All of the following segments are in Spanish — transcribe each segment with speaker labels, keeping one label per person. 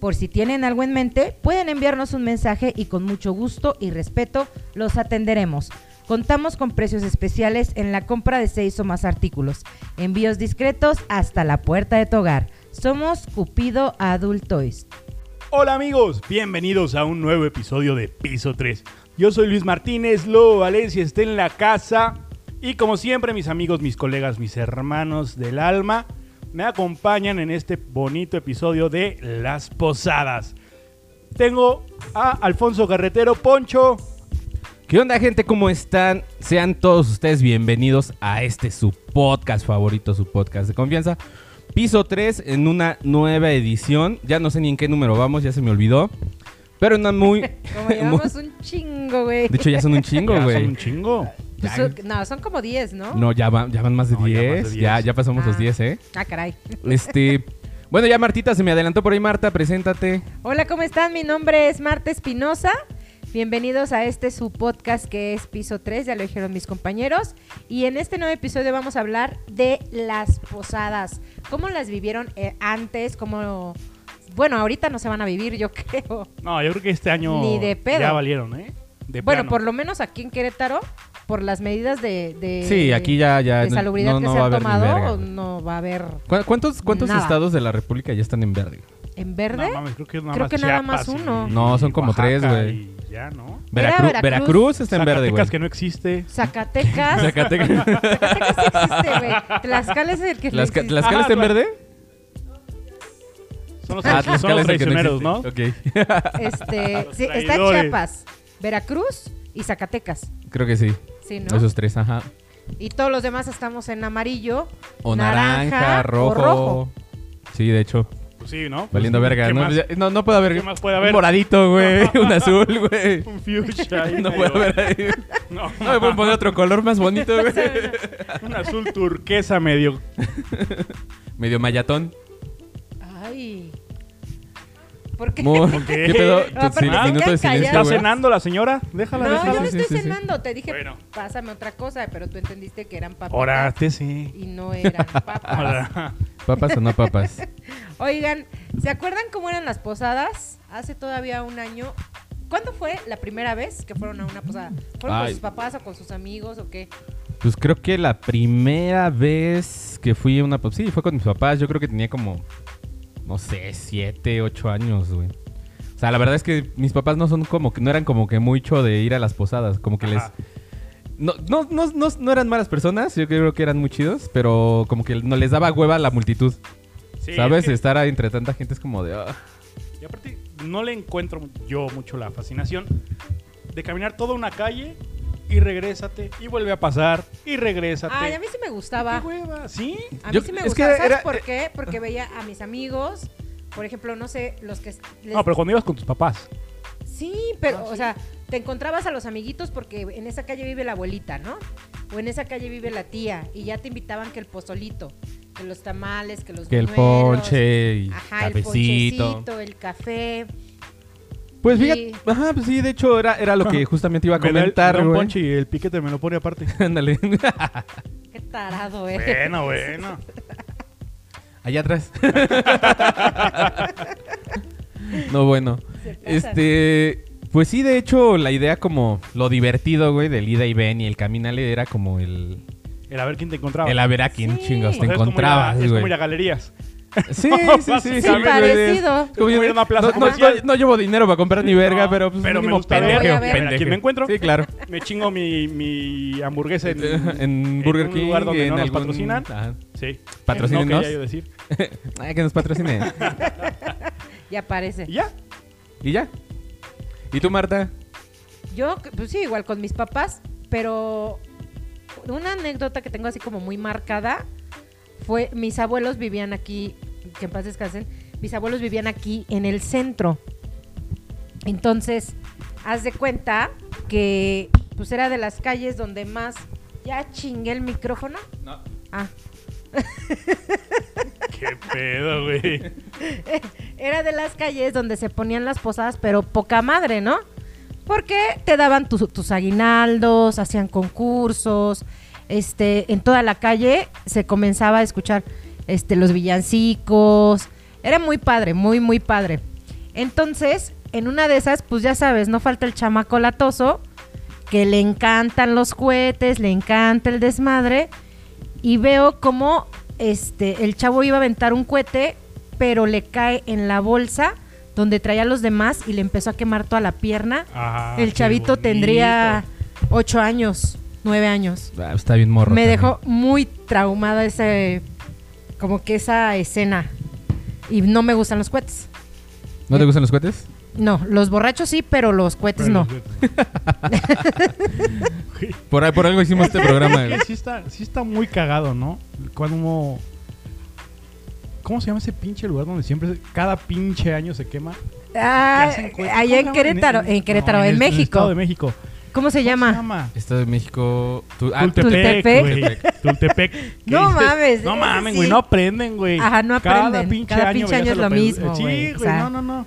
Speaker 1: Por si tienen algo en mente, pueden enviarnos un mensaje y con mucho gusto y respeto los atenderemos. Contamos con precios especiales en la compra de seis o más artículos. Envíos discretos hasta la puerta de tu hogar. Somos Cupido Adult Toys.
Speaker 2: Hola amigos, bienvenidos a un nuevo episodio de Piso 3. Yo soy Luis Martínez, Lobo Valencia está en la casa y como siempre mis amigos, mis colegas, mis hermanos del alma me acompañan en este bonito episodio de Las Posadas. Tengo a Alfonso Carretero Poncho.
Speaker 3: ¿Qué onda, gente? ¿Cómo están? Sean todos ustedes bienvenidos a este su podcast favorito, su podcast de confianza. Piso 3 en una nueva edición. Ya no sé ni en qué número vamos, ya se me olvidó. Pero una muy.
Speaker 1: Como llevamos un chingo, güey.
Speaker 3: De hecho, ya son un chingo,
Speaker 2: Ya son
Speaker 3: güey.
Speaker 2: un chingo.
Speaker 1: Pues,
Speaker 3: ya-
Speaker 1: uh, no, son como 10, ¿no?
Speaker 3: No, ya, va- ya van más de
Speaker 2: No, ya más de
Speaker 3: 10. Ya,
Speaker 2: 10.
Speaker 3: ya pasamos los
Speaker 1: Ah.
Speaker 3: 10, ¿eh?
Speaker 1: Ah, caray.
Speaker 3: Este. Bueno, ya Martita se me adelantó por ahí. Marta, preséntate.
Speaker 1: Hola, ¿cómo están? Mi nombre es Marta Espinosa. Bienvenidos a este su podcast que es Piso 3, ya lo dijeron mis compañeros. Y en este nuevo episodio vamos a hablar de las posadas. ¿Cómo las vivieron eh, antes? ¿Cómo... Bueno, ahorita no se van a vivir, yo creo.
Speaker 2: No, yo creo que este año
Speaker 1: Ni de pedo.
Speaker 2: ya valieron, ¿eh? De
Speaker 1: bueno,
Speaker 2: plano.
Speaker 1: por lo menos aquí en Querétaro, por las medidas de, de-
Speaker 3: Sí, aquí ya, ya.
Speaker 1: Eh, de salubridad que se han
Speaker 3: ni
Speaker 1: tomado,
Speaker 3: verga.
Speaker 1: no va a haber
Speaker 3: ¿Cu- ¿Cuántos, cuántos
Speaker 1: Nada.
Speaker 3: estados de la República ya están en verde?
Speaker 1: en
Speaker 2: No,
Speaker 1: verde.
Speaker 2: mames, creo que nada
Speaker 1: Creo
Speaker 2: más,
Speaker 1: que nada más
Speaker 2: Chiapas
Speaker 1: uno.
Speaker 3: No, son como
Speaker 2: Oaxaca
Speaker 3: tres, güey.
Speaker 2: y Ya, ¿no?
Speaker 3: Veracru-
Speaker 1: Veracruz.
Speaker 3: Veracruz, está en verde,
Speaker 2: Zacatecas
Speaker 3: güey.
Speaker 2: que no existe.
Speaker 1: Zacatecas.
Speaker 3: Zacatecas.
Speaker 1: Zacatecas sí existe, güey. Tlaxcala es el que no
Speaker 3: ¿Las, ca-
Speaker 1: existe.
Speaker 3: las calas
Speaker 2: Ajá,
Speaker 3: están
Speaker 2: claro.
Speaker 3: verde?
Speaker 2: Son los,
Speaker 3: Ah,
Speaker 2: son los
Speaker 3: Tlaxcala es el que
Speaker 2: traicioneros, ¿no?
Speaker 3: existe. Ok.
Speaker 1: Este,
Speaker 2: Los
Speaker 1: sí, está
Speaker 2: traidores.
Speaker 1: Chiapas, Veracruz y Zacatecas.
Speaker 3: Creo que sí.
Speaker 1: Sí, ¿no?
Speaker 3: Esos tres, ajá.
Speaker 1: Y todos los demás estamos en amarillo.
Speaker 3: O naranja,
Speaker 1: Naranja,
Speaker 3: rojo.
Speaker 1: o rojo.
Speaker 3: Sí, de hecho.
Speaker 2: Pues sí, ¿no?
Speaker 3: Valiendo verga.
Speaker 2: ¿Qué
Speaker 3: No,
Speaker 2: más?
Speaker 3: Ya- no, no puede haber.
Speaker 2: ¿Qué más puede haber?
Speaker 3: Un moradito, güey. un azul, güey.
Speaker 2: Un fuchsia ahí,
Speaker 3: No
Speaker 2: medio-
Speaker 3: puede haber ahí.
Speaker 2: No,
Speaker 3: No me pueden poner otro color más bonito, güey.
Speaker 2: un azul turquesa medio.
Speaker 3: Medio mayatón.
Speaker 1: Ay. ¿Por qué?
Speaker 3: Muy-
Speaker 2: Ok.
Speaker 3: ¿Qué pedo?
Speaker 1: Aparte
Speaker 3: Sí,
Speaker 2: se
Speaker 3: minuto
Speaker 1: quedan
Speaker 3: de silencio,
Speaker 2: Ah, ¿Está
Speaker 1: callados.
Speaker 3: güey.
Speaker 2: cenando la señora? Déjala,
Speaker 1: No,
Speaker 2: déjala.
Speaker 1: yo no
Speaker 3: Sí,
Speaker 1: estoy
Speaker 3: sí, sí.
Speaker 1: cenando. Te dije,
Speaker 2: Bueno.
Speaker 1: pásame otra cosa, pero tú entendiste que eran papas.
Speaker 2: Orate, sí.
Speaker 1: Y no eran
Speaker 3: Ah,
Speaker 1: papas.
Speaker 2: Ahora,
Speaker 3: ¿Papas o no papas?
Speaker 1: Oigan, ¿se acuerdan cómo eran las posadas? Hace todavía un año. ¿Cuándo fue la primera vez que fueron a una posada? ¿Fueron con
Speaker 3: Ay.
Speaker 1: sus papás o con sus amigos o qué?
Speaker 3: Pues creo que la primera vez que fui a una pop, sí, fue con mis papás. Yo creo que tenía como, no sé, siete, ocho años, güey. O sea, la verdad es que mis papás no son como que, no eran como que mucho de ir a las posadas, como que
Speaker 2: Ajá.
Speaker 3: les... No, no, no, no, no eran malas personas, yo creo que eran muy chidos, pero como que no les daba hueva a la multitud.
Speaker 2: sí,
Speaker 3: ¿Sabes?
Speaker 2: es que-
Speaker 3: Estar ahí entre tanta gente es como de... ah.
Speaker 2: Y aparte, no le encuentro mu- yo mucho la fascinación de caminar toda una calle y regrésate y vuelve a pasar y regrésate.
Speaker 1: Ay, a mí sí me gustaba.
Speaker 2: ¡Qué hueva! ¿Sí?
Speaker 1: A mí
Speaker 3: Yo-
Speaker 1: sí me
Speaker 3: es
Speaker 1: gustaba.
Speaker 3: que
Speaker 1: ¿Sabes
Speaker 3: era-
Speaker 1: por qué? Porque veía a mis amigos, por ejemplo, no sé, los que... les-
Speaker 2: No, pero cuando ibas con tus papás.
Speaker 1: Sí, pero,
Speaker 2: Ah,
Speaker 1: o
Speaker 2: sí.
Speaker 1: sea, te encontrabas a los amiguitos porque en esa calle vive la abuelita, ¿no? O en esa calle vive la tía y ya te invitaban que el pozolito, que los tamales, que los
Speaker 3: Que el
Speaker 1: buñuelos,
Speaker 3: ponche y
Speaker 1: Ajá, el
Speaker 3: cafecito.
Speaker 1: ponchecito, el café.
Speaker 3: Pues
Speaker 1: Y-
Speaker 3: fíjate, ajá, pues sí, de hecho era, era lo que justamente iba a
Speaker 2: Me da el- me
Speaker 3: comentar,
Speaker 2: da un
Speaker 3: güey.
Speaker 2: ponche y el piquete me lo pone aparte.
Speaker 3: Ándale.
Speaker 1: Qué tarado, eh.
Speaker 2: bueno, bueno.
Speaker 3: Allá atrás. no, bueno.
Speaker 1: Se pasan.
Speaker 3: Este. Pues sí, de hecho, la idea como lo divertido, güey, del ida y ven y el caminale era como el.
Speaker 2: El a ver quién te encontraba.
Speaker 3: El a ver a quién
Speaker 1: Sí.
Speaker 3: chingados
Speaker 2: O
Speaker 3: te
Speaker 2: sea, es como ir a-
Speaker 3: encontrabas,
Speaker 2: Es como
Speaker 3: güey.
Speaker 2: ir a galerías.
Speaker 3: Sí, sí, sí.
Speaker 2: Sí,
Speaker 3: güey,
Speaker 1: parecido.
Speaker 3: es como
Speaker 2: Es como ir a una plaza
Speaker 3: no, no,
Speaker 2: comercial.
Speaker 3: no- no llevo dinero para comprar ni verga,
Speaker 2: No,
Speaker 3: pero pues
Speaker 2: pero me
Speaker 3: mínimo
Speaker 2: gusta ver,
Speaker 1: voy a
Speaker 3: pendejo,
Speaker 1: ver.
Speaker 2: ¿A quién me encuentro?
Speaker 3: Sí, claro.
Speaker 2: Me chingo mi, mi hamburguesa en,
Speaker 3: En Burger
Speaker 2: un
Speaker 3: King,
Speaker 2: lugar donde
Speaker 3: en
Speaker 2: no nos
Speaker 3: algún-
Speaker 2: patrocinan.
Speaker 3: Ajá.
Speaker 2: Sí.
Speaker 3: Patrocínenos.
Speaker 2: No quería yo decir.
Speaker 3: Ay, ah, que nos patrocinen.
Speaker 1: Ya aparece.
Speaker 2: Y ya.
Speaker 3: y ya. ¿Y tú, Marta?
Speaker 1: Yo, pues sí, igual con mis papás, pero una anécdota que tengo así como muy marcada fue mis abuelos vivían aquí, que en paz descansen, mis abuelos vivían aquí en el centro. Entonces, haz de cuenta que pues era de las calles donde más... ¿Ya chingué el micrófono?
Speaker 3: No.
Speaker 1: Ah.
Speaker 2: Qué pedo, güey.
Speaker 1: Era de las calles donde se ponían las posadas, pero poca madre, ¿no? Porque te daban tus, tus aguinaldos, hacían concursos, este, en toda la calle se comenzaba a escuchar este, los villancicos. Era muy padre, muy, muy padre. Entonces, en una de esas, pues ya sabes, no falta el chamaco latoso, que le encantan los cohetes, le encanta el desmadre y veo como este el chavo iba a aventar un cohete, pero le cae en la bolsa donde traía a los demás y le empezó a quemar toda la pierna.
Speaker 2: Ah,
Speaker 1: el
Speaker 2: qué
Speaker 1: chavito
Speaker 2: bonito.
Speaker 1: tendría ocho años, nueve años.
Speaker 3: Ah, está bien morro.
Speaker 1: Me
Speaker 3: también.
Speaker 1: dejó muy traumada ese como que esa escena. Y no me gustan los cohetes.
Speaker 3: ¿No te gustan los cohetes?
Speaker 1: No, los borrachos sí, pero los cohetes no.
Speaker 3: Por, ahí- por algo hicimos este programa. güey.
Speaker 2: Que sí, está, sí está muy cagado, ¿no? Cuando uno- ¿Cómo se llama ese pinche lugar donde siempre, cada pinche año se quema?
Speaker 1: Ah,
Speaker 2: Que hacen cohetes.
Speaker 1: allá en
Speaker 2: ¿Cómo se llama?
Speaker 1: Querétaro, en Querétaro,
Speaker 2: no,
Speaker 1: en,
Speaker 2: el- el Estado
Speaker 1: México.
Speaker 2: de México. ¿Cómo
Speaker 1: ¿Cómo se llama?
Speaker 3: Estado de México. tu- ah,
Speaker 2: Tultepec,
Speaker 1: Tultepec.
Speaker 2: güey. Tultepec.
Speaker 1: No
Speaker 2: ¿Qué dices?
Speaker 1: mames,
Speaker 2: No
Speaker 1: ese
Speaker 2: mamen,
Speaker 1: sí.
Speaker 2: güey. No aprenden, güey.
Speaker 1: Ajá, no
Speaker 2: Cada
Speaker 1: aprenden.
Speaker 2: pinche
Speaker 1: Cada
Speaker 2: año,
Speaker 1: pinche
Speaker 2: veías
Speaker 1: año
Speaker 2: a
Speaker 1: es lo
Speaker 2: pe-
Speaker 1: mismo,
Speaker 2: Sí,
Speaker 1: güey,
Speaker 2: güey.
Speaker 1: o sea.
Speaker 2: No, no, no.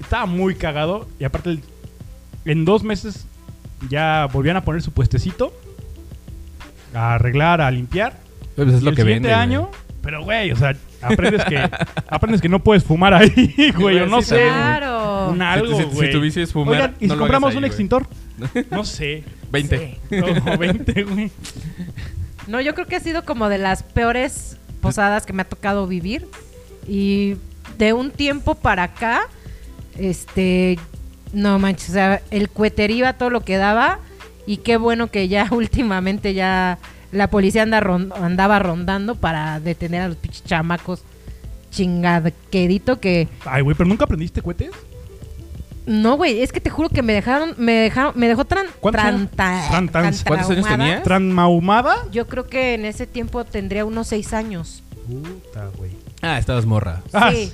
Speaker 2: Estaba muy cagado. Y aparte, el- en dos meses ya volvían a poner su puestecito. A arreglar, a limpiar.
Speaker 3: pues es
Speaker 2: Y
Speaker 3: lo
Speaker 2: el
Speaker 3: que
Speaker 2: siguiente
Speaker 3: vende. güey.
Speaker 2: año, pero güey, o sea, aprendes que aprendes que no puedes fumar ahí, güey, o no
Speaker 3: Sí,
Speaker 2: sé,
Speaker 3: también.
Speaker 1: Claro.
Speaker 2: un
Speaker 3: Si-
Speaker 2: algo,
Speaker 3: si- si
Speaker 2: güey.
Speaker 3: tu vicio es fumar,
Speaker 2: Oigan, y si
Speaker 3: no lo hagas
Speaker 2: compramos
Speaker 3: ahí,
Speaker 2: un
Speaker 3: güey.
Speaker 2: extintor, no sé,
Speaker 3: 20.
Speaker 1: Sí.
Speaker 2: como 20, güey.
Speaker 1: No, yo creo que ha sido como de las peores posadas que me ha tocado vivir. Y de un tiempo para acá, este, no manches, o sea, el coheterío iba todo lo que daba. Y qué bueno que ya últimamente ya la policía anda ron- andaba rondando para detener a los pinches chamacos chingadquerito que
Speaker 2: Ay, güey, pero nunca aprendiste cohetes?
Speaker 1: no güey es que te juro que me dejaron me dejaron me dejó tran,
Speaker 2: ¿Cuántos
Speaker 1: tran-
Speaker 2: años-
Speaker 1: ta-
Speaker 2: tran- tan-
Speaker 3: ¿cuántos años
Speaker 1: traumada.
Speaker 3: tenía?
Speaker 2: ¿Transmaumada?
Speaker 1: yo creo que en ese tiempo tendría unos seis años
Speaker 2: Puta, güey.
Speaker 3: Ah, estabas morra.
Speaker 2: Ah,
Speaker 1: Sí.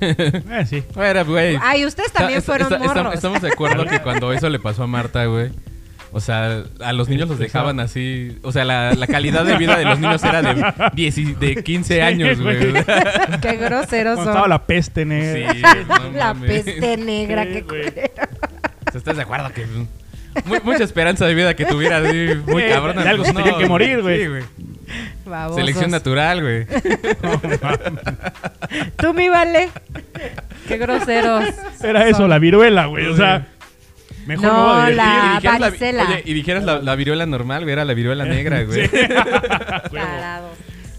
Speaker 2: Eh, sí.
Speaker 3: Era, güey.
Speaker 1: Ay, ustedes también
Speaker 3: Está-
Speaker 1: fueron
Speaker 3: está- está-
Speaker 1: morros.
Speaker 3: Estamos de acuerdo que cuando eso le pasó a Marta, güey. O sea, a los niños los dejaban así. O sea, la, la calidad de vida de los niños era de, 10 y- de 15 años, güey.
Speaker 2: güey.
Speaker 1: Qué groseros
Speaker 2: Cuando
Speaker 1: son.
Speaker 2: estaba la peste, negra.
Speaker 3: Sí, no
Speaker 1: La
Speaker 3: mames.
Speaker 1: peste negra.
Speaker 2: Sí,
Speaker 1: qué
Speaker 2: güey.
Speaker 1: culero.
Speaker 3: O sea, ¿Estás de acuerdo que mu- mucha esperanza de vida que tuviera así, muy
Speaker 2: Sí,
Speaker 3: cabrona?
Speaker 2: de algo se tenía que
Speaker 3: güey.
Speaker 2: morir, güey.
Speaker 3: Sí, güey.
Speaker 1: Babosos.
Speaker 3: Selección natural, güey.
Speaker 1: Tú mi vale. Qué groseros.
Speaker 2: Era eso, la viruela, güey. O sea, mejor
Speaker 1: No,
Speaker 2: no, me voy a divertir.
Speaker 1: la- Ah,
Speaker 3: dijeras vi-
Speaker 1: varicela.
Speaker 3: oye, y dijeras la, la viruela normal, güey, era la viruela negra, güey.
Speaker 2: Sí.
Speaker 1: Tarados.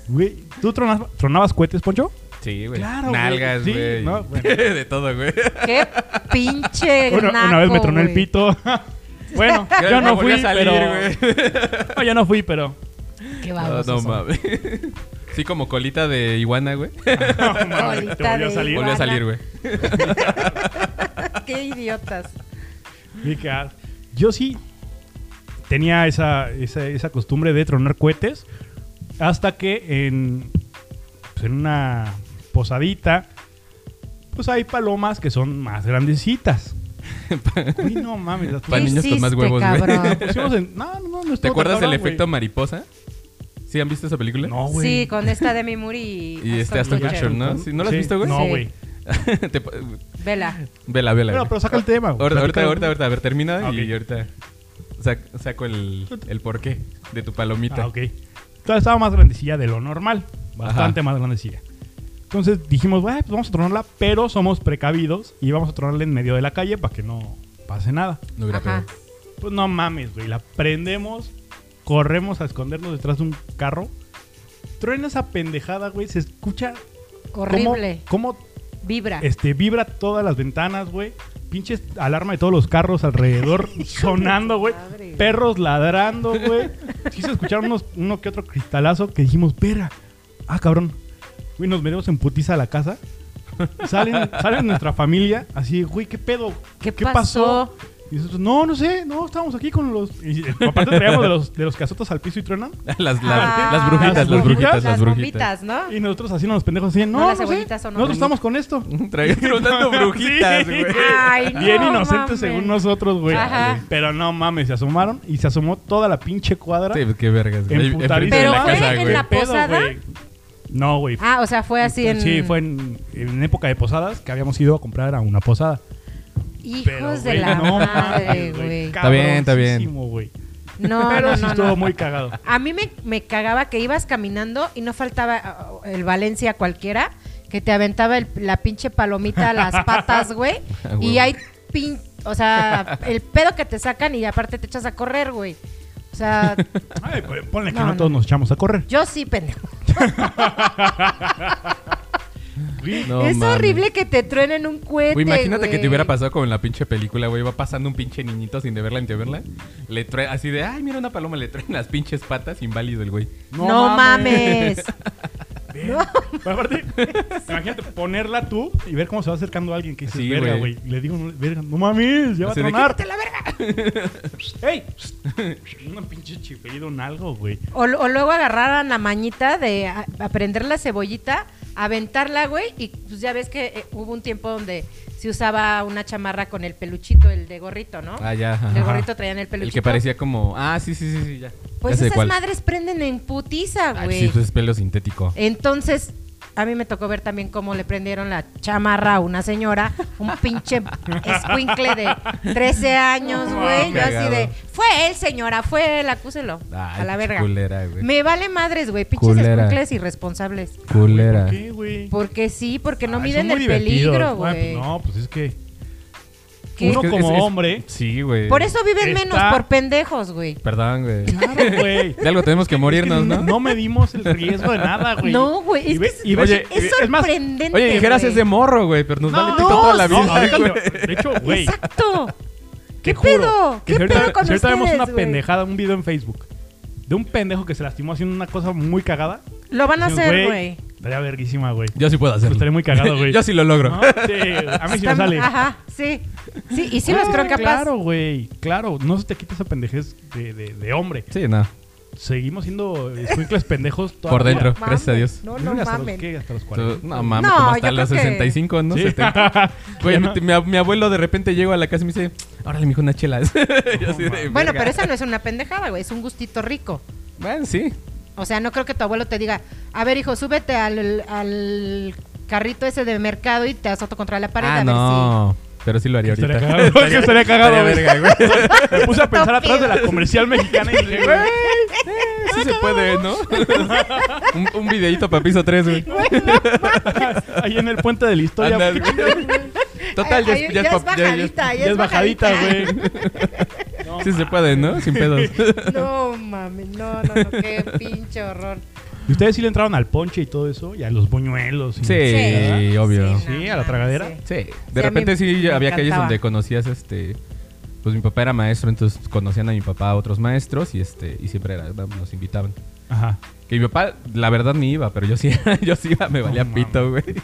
Speaker 2: Güey, ¿tú tronabas, tronabas cohetes, Poncho?
Speaker 3: Sí, güey.
Speaker 2: Claro, güey.
Speaker 3: Nalgas,
Speaker 2: Sí,
Speaker 3: güey.
Speaker 2: no, bueno.
Speaker 3: De todo, güey.
Speaker 1: Qué pinche.
Speaker 2: Una, una
Speaker 1: naco,
Speaker 2: vez me tronó el
Speaker 1: güey.
Speaker 2: pito. bueno, yo
Speaker 3: Me
Speaker 2: no
Speaker 3: volví
Speaker 2: fui,
Speaker 3: a salir,
Speaker 2: pero...
Speaker 3: güey.
Speaker 2: No, yo no fui, pero...
Speaker 1: Qué
Speaker 3: No,
Speaker 1: babosos
Speaker 3: no
Speaker 1: son.
Speaker 3: mames. Sí, como colita de iguana, güey.
Speaker 1: Colita
Speaker 2: Te volvió a
Speaker 1: de
Speaker 2: salir.
Speaker 3: Volvió a
Speaker 1: iguana.
Speaker 3: salir, güey.
Speaker 1: Qué idiotas.
Speaker 2: Dije, ah, Yo sí tenía esa, esa, esa costumbre de tronar cohetes hasta que en, pues, en una posadita pues hay palomas que son más grandecitas. Uy, no mames. las
Speaker 3: Para
Speaker 1: ¿Qué
Speaker 2: pusimos-
Speaker 3: niños con más
Speaker 1: hiciste,
Speaker 3: huevos, güey.
Speaker 1: cabrón?
Speaker 2: pusimos en- No, no, no, no
Speaker 3: ¿Te
Speaker 2: estuvo
Speaker 3: acuerdas
Speaker 2: tan
Speaker 3: del
Speaker 2: cabrón, güey.
Speaker 3: efecto mariposa? ¿Sí han visto esa película?
Speaker 2: No, güey.
Speaker 1: Sí, con esta Demi Moore y.
Speaker 3: Y este Aston Kutcher, ¿no? ¿Sí? ¿No lo has
Speaker 2: Sí.
Speaker 3: visto, güey?
Speaker 2: No,
Speaker 1: Sí.
Speaker 2: güey.
Speaker 3: Te pa-
Speaker 1: Vela.
Speaker 3: Vela, vela.
Speaker 2: Pero,
Speaker 3: güey.
Speaker 2: pero saca el tema. güey.
Speaker 3: Ahorita, ahorita,
Speaker 2: Platica-
Speaker 3: ahorita, ahorita. A ver, termina
Speaker 2: Ah, ok.
Speaker 3: y ahorita sac- saco el, el porqué de tu palomita.
Speaker 2: Ah, ok. Entonces estaba más grandecilla de lo normal. Bastante
Speaker 3: Ajá.
Speaker 2: más grandecilla. Entonces dijimos, "Bueno, pues vamos a tronarla, pero somos precavidos y vamos a tronarla en medio de la calle para que no pase nada.
Speaker 3: No hubiera
Speaker 1: Ajá.
Speaker 3: pedo.
Speaker 2: Pues no mames, güey. La prendemos, corremos a escondernos detrás de un carro. Truena esa pendejada, güey. Se escucha cómo,
Speaker 1: Horrible.
Speaker 2: cómo
Speaker 1: Vibra.
Speaker 2: este, vibra todas las ventanas, güey. Pinches alarma de todos los carros alrededor sonando, güey.
Speaker 1: madre.
Speaker 2: Perros ladrando, güey. Sí se escucharon unos, uno que otro cristalazo que dijimos, verga. Ah, cabrón. Güey, nos venimos en putiza a la casa. Salen, salen nuestra familia así, güey, ¿qué pedo?
Speaker 1: ¿Qué
Speaker 2: pasó?
Speaker 1: pasó?
Speaker 2: Y nosotros, no, no sé, no, estábamos aquí con los. Y aparte traíamos de los, de los cazotos al piso y truenan.
Speaker 3: Las, las,
Speaker 1: Ah.
Speaker 3: las brujitas, las
Speaker 2: Las
Speaker 3: brujitas,
Speaker 2: brujitas,
Speaker 3: las brujitas.
Speaker 1: bombitas, ¿no?
Speaker 2: Y nosotros haciendo los pendejos así, no,
Speaker 1: No,
Speaker 2: no,
Speaker 1: las
Speaker 2: sé,
Speaker 1: cebollitas son horribles.
Speaker 2: nosotros estamos con esto.
Speaker 3: Trajeron tanto brujitas,
Speaker 2: Sí. Ah.
Speaker 3: güey.
Speaker 1: Ay, no,
Speaker 2: Bien inocentes
Speaker 1: mames.
Speaker 2: según nosotros, güey.
Speaker 1: Ajá.
Speaker 2: Pero no mames, se asomaron y se asomó toda la pinche cuadra.
Speaker 3: Sí, qué vergas, güey.
Speaker 2: Emputadísimo.
Speaker 3: Enfrente de
Speaker 1: Pero
Speaker 3: la
Speaker 1: fue
Speaker 3: casa,
Speaker 1: en
Speaker 3: güey.
Speaker 1: la-
Speaker 2: Pedo,
Speaker 1: posada?
Speaker 2: güey. No, güey. Pues,
Speaker 1: Ah, o sea, fue así en.
Speaker 2: Sí, fue en, en época de posadas que habíamos ido a comprar a una posada.
Speaker 1: Hijos
Speaker 2: Pero,
Speaker 1: de
Speaker 2: güey,
Speaker 1: la
Speaker 2: no
Speaker 1: madre,
Speaker 2: mames,
Speaker 1: güey.
Speaker 3: Está bien, está bien.
Speaker 2: Cabroncísimo, güey.
Speaker 1: No,
Speaker 2: Pero
Speaker 1: no,
Speaker 2: sí
Speaker 1: no,
Speaker 2: estuvo
Speaker 1: no.
Speaker 2: muy cagado.
Speaker 1: A mí me, me cagaba que ibas caminando y no faltaba ah, el Valencia cualquiera que te aventaba el- la pinche palomita a las patas, güey.
Speaker 3: Ah, güey.
Speaker 1: y hay pin, o sea, el pedo que te sacan y aparte te echas a correr, güey. O sea,
Speaker 2: Ay, pues, ponle que
Speaker 1: No,
Speaker 2: no,
Speaker 1: no.
Speaker 2: todos nos echamos a correr.
Speaker 1: yo sí, pendejo.
Speaker 3: No
Speaker 1: es
Speaker 3: mames.
Speaker 1: horrible que te truenen un cohete,
Speaker 3: Güey, imagínate que
Speaker 1: güey.
Speaker 3: te hubiera pasado como en la pinche película, güey. Va pasando un pinche niñito sin deberla, sin deberla. Le trae así de, ay, mira una paloma, le traen las pinches patas, inválido el güey.
Speaker 1: No, mames.
Speaker 2: Pero aparte, imagínate ponerla tú y ver cómo se va acercando alguien que dices,
Speaker 3: Sí,
Speaker 2: verga,
Speaker 3: güey.
Speaker 2: güey. Le digo, no, verga, no mames, ya va
Speaker 3: Así
Speaker 2: a
Speaker 3: de,
Speaker 2: tronar.
Speaker 3: "Quítate
Speaker 2: la verga! ¡Ey! Un pinche chiflido, un algo, güey.
Speaker 1: O, o luego agarraran la mañita de a- aprender la cebollita, aventarla, güey, y pues ya ves que eh, hubo un tiempo donde se usaba una chamarra con el peluchito, el de gorrito, ¿no?
Speaker 3: Ah, ya.
Speaker 1: El de
Speaker 3: ajá.
Speaker 1: gorrito traían el peluchito.
Speaker 3: El que parecía como, ah, sí, sí, sí, sí, ya.
Speaker 1: Pues
Speaker 3: Ya sé
Speaker 1: esas
Speaker 3: cuál.
Speaker 1: madres prenden en putiza,
Speaker 3: Ah,
Speaker 1: güey. Eh,
Speaker 3: sí, pues es pelo sintético.
Speaker 1: Entonces, a mí me tocó ver también cómo le prendieron la chamarra a una señora, un pinche escuincle de 13 años,
Speaker 3: No,
Speaker 1: güey. Yo así
Speaker 3: cagado.
Speaker 1: de, fue él, señora, fue él, acúselo.
Speaker 3: Ay,
Speaker 1: a la verga.
Speaker 3: culera, güey.
Speaker 1: me vale madres, güey, pinches
Speaker 3: Culera.
Speaker 1: escuincles irresponsables.
Speaker 3: Culera.
Speaker 2: ¿Por qué, güey?
Speaker 1: Porque sí, porque no
Speaker 2: Ay,
Speaker 1: miden
Speaker 2: son
Speaker 1: el
Speaker 2: muy divertidos.
Speaker 1: peligro,
Speaker 2: Ay, pues
Speaker 1: güey.
Speaker 2: No, pues es que
Speaker 1: ¿Qué?
Speaker 2: uno
Speaker 3: Es que
Speaker 2: como
Speaker 3: es- es-
Speaker 2: hombre...
Speaker 3: Sí, güey.
Speaker 1: Por eso viven
Speaker 2: Está-
Speaker 1: menos, por pendejos, güey.
Speaker 3: Perdón, güey.
Speaker 2: Claro, güey.
Speaker 3: De algo tenemos que morirnos, ¿no?
Speaker 2: No medimos el riesgo de nada, güey.
Speaker 1: No, güey, es
Speaker 2: Y
Speaker 1: que
Speaker 2: ve-
Speaker 1: es-
Speaker 2: y ves-
Speaker 3: Oye,
Speaker 2: y ve-
Speaker 1: Es
Speaker 2: es más,
Speaker 1: sorprendente.
Speaker 3: Oye, dijeras
Speaker 1: güey.
Speaker 3: es de morro, güey, pero nos vale
Speaker 1: No,
Speaker 3: pito toda la
Speaker 1: sí,
Speaker 3: vida.
Speaker 2: No, ahorita
Speaker 3: güey.
Speaker 2: te- de hecho, güey.
Speaker 1: Exacto.
Speaker 2: te
Speaker 1: ¿Qué
Speaker 2: juro
Speaker 1: pedo?
Speaker 2: que
Speaker 1: ¿Qué
Speaker 2: si ahorita-
Speaker 1: pedo con
Speaker 2: si ahorita vemos
Speaker 1: ustedes,
Speaker 2: una
Speaker 1: güey?
Speaker 2: pendejada, un video en Facebook de un pendejo que se lastimó haciendo una cosa muy cagada.
Speaker 1: Lo van a
Speaker 2: Dices,
Speaker 1: hacer, güey.
Speaker 2: Estaría verguísima, güey.
Speaker 3: Yo sí puedo hacerlo.
Speaker 2: Estaré Pues muy cagado, güey.
Speaker 3: Yo sí lo logro.
Speaker 2: ¿No? Sí, a mí sí me
Speaker 1: Están-
Speaker 2: sale.
Speaker 1: Ajá, sí. Sí, y sí los
Speaker 2: Güey,
Speaker 1: creo capaz.
Speaker 2: Claro, güey. Claro, no se te quita esa pendejez de, de- de hombre.
Speaker 3: Sí, no.
Speaker 2: Seguimos siendo escuincles pendejos toda
Speaker 3: Por
Speaker 2: la
Speaker 3: dentro,
Speaker 2: vida.
Speaker 3: gracias a Dios.
Speaker 1: No,
Speaker 2: Yo
Speaker 1: no
Speaker 2: creo que hasta los,
Speaker 1: mamen.
Speaker 2: ¿qué? Hasta los
Speaker 3: Tú-
Speaker 2: 40.
Speaker 3: No mames,
Speaker 1: No,
Speaker 3: como
Speaker 1: yo
Speaker 3: hasta
Speaker 1: creo
Speaker 3: los
Speaker 1: que-
Speaker 3: 65, ¿no? 70. Güey, mi, mi ab- mi abuelo de repente llegó a la casa y me dice, órale, mijo, unas chelas. Yo así de,
Speaker 2: mames.
Speaker 1: Bueno,
Speaker 3: "Verga".
Speaker 1: pero esa no es una pendejada, güey. Es un gustito rico.
Speaker 3: Bueno, sí.
Speaker 1: O sea, no creo que tu abuelo te diga, a ver, hijo, súbete al, al carrito ese de mercado y te azoto contra la pared
Speaker 3: ah,
Speaker 1: a ver
Speaker 3: no. Pero sí lo haría
Speaker 2: Estaría
Speaker 3: ahorita.
Speaker 2: cagado. Es que estaría cagado, güey.
Speaker 3: Estaría verga, güey.
Speaker 2: Me puse a pensar atrás de la comercial mexicana y dije, güey.
Speaker 3: Sí se puede, ¿no? un, un videíto para piso 3, güey.
Speaker 2: Ahí en el puente de la historia.
Speaker 3: Anda,
Speaker 2: güey.
Speaker 3: güey. Total, ya,
Speaker 1: Ay,
Speaker 3: es-
Speaker 1: ay,
Speaker 3: ya es pa- ya- ya es-
Speaker 1: bajadita,
Speaker 2: Ya es bajadita, güey.
Speaker 3: Sí se puede, ¿no? Sin pedos.
Speaker 1: No, mames, no, no, no, qué pinche horror.
Speaker 2: ¿Y ustedes sí le entraron al ponche y todo eso? Y a los buñuelos. y-
Speaker 3: Sí,
Speaker 1: Sí.
Speaker 3: obvio.
Speaker 2: Sí, a la
Speaker 1: mames,
Speaker 2: tragadera.
Speaker 1: sí.
Speaker 3: Sí, de
Speaker 1: Sí, a
Speaker 3: repente
Speaker 1: mí
Speaker 3: sí
Speaker 1: me
Speaker 3: había calles
Speaker 1: encantaba.
Speaker 3: donde conocías este pues mi papá era maestro, entonces conocían a mi papá a otros maestros y este y siempre era- nos invitaban.
Speaker 2: Ajá.
Speaker 3: Que mi papá la verdad ni iba, pero yo sí yo sí iba, me valía
Speaker 2: No mames.
Speaker 3: pito, güey.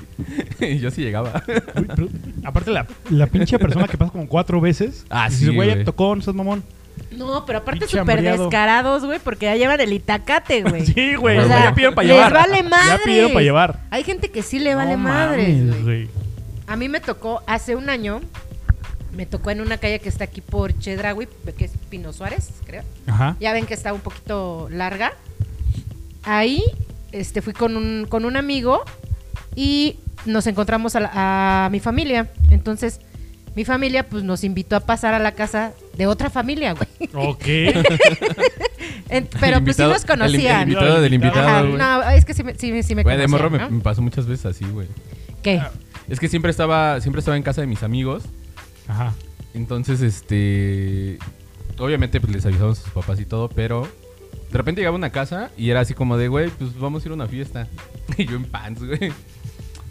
Speaker 3: Y yo sí llegaba.
Speaker 2: Uy, pero- aparte, la, la pinche persona que pasa como cuatro veces.
Speaker 3: Ah,
Speaker 2: y
Speaker 3: sí,
Speaker 2: dices, güey.
Speaker 3: güey.
Speaker 2: Tocó, no seas mamón.
Speaker 1: No, pero aparte
Speaker 2: Pinche
Speaker 1: súper
Speaker 2: hambriado.
Speaker 1: descarados, güey, porque ya llevan el itacate, güey.
Speaker 2: Sí, güey.
Speaker 3: O
Speaker 2: o sea,
Speaker 3: sea,
Speaker 2: Pues, ya pidieron para
Speaker 1: les
Speaker 2: llevar.
Speaker 1: vale
Speaker 2: Ya pidieron para
Speaker 1: madres.
Speaker 2: llevar.
Speaker 1: Hay gente que sí le vale
Speaker 2: No
Speaker 1: madres,
Speaker 2: mames,
Speaker 1: güey. A mí me tocó hace un año, me tocó en una calle que está aquí por Chedragui, que es Pino Suárez, creo.
Speaker 2: Ajá.
Speaker 1: Ya ven que está un poquito larga. Ahí este, fui con un, con un amigo y nos encontramos a, la- a mi familia. Entonces, mi familia pues nos invitó a pasar a la casa de otra familia, güey.
Speaker 2: Ok.
Speaker 1: En- Pero
Speaker 3: El
Speaker 1: pues sí
Speaker 3: invitado-
Speaker 1: nos
Speaker 3: el- El,
Speaker 1: conocían.
Speaker 3: invitado del
Speaker 1: Ajá,
Speaker 3: invitado, güey.
Speaker 1: no, es que sí, me- sí, me- sí me
Speaker 3: Güey, de
Speaker 1: conocían,
Speaker 3: morro me,
Speaker 1: ¿no?
Speaker 3: me pasó muchas veces así, güey.
Speaker 1: ¿Qué?
Speaker 2: Ah.
Speaker 3: Es que siempre estaba siempre estaba en casa de mis amigos,
Speaker 2: Ajá.
Speaker 3: entonces este obviamente pues les avisamos a sus papás y todo, pero de repente llegaba a una casa y era así como de, güey, pues vamos a ir a una fiesta. Y yo en pants, güey.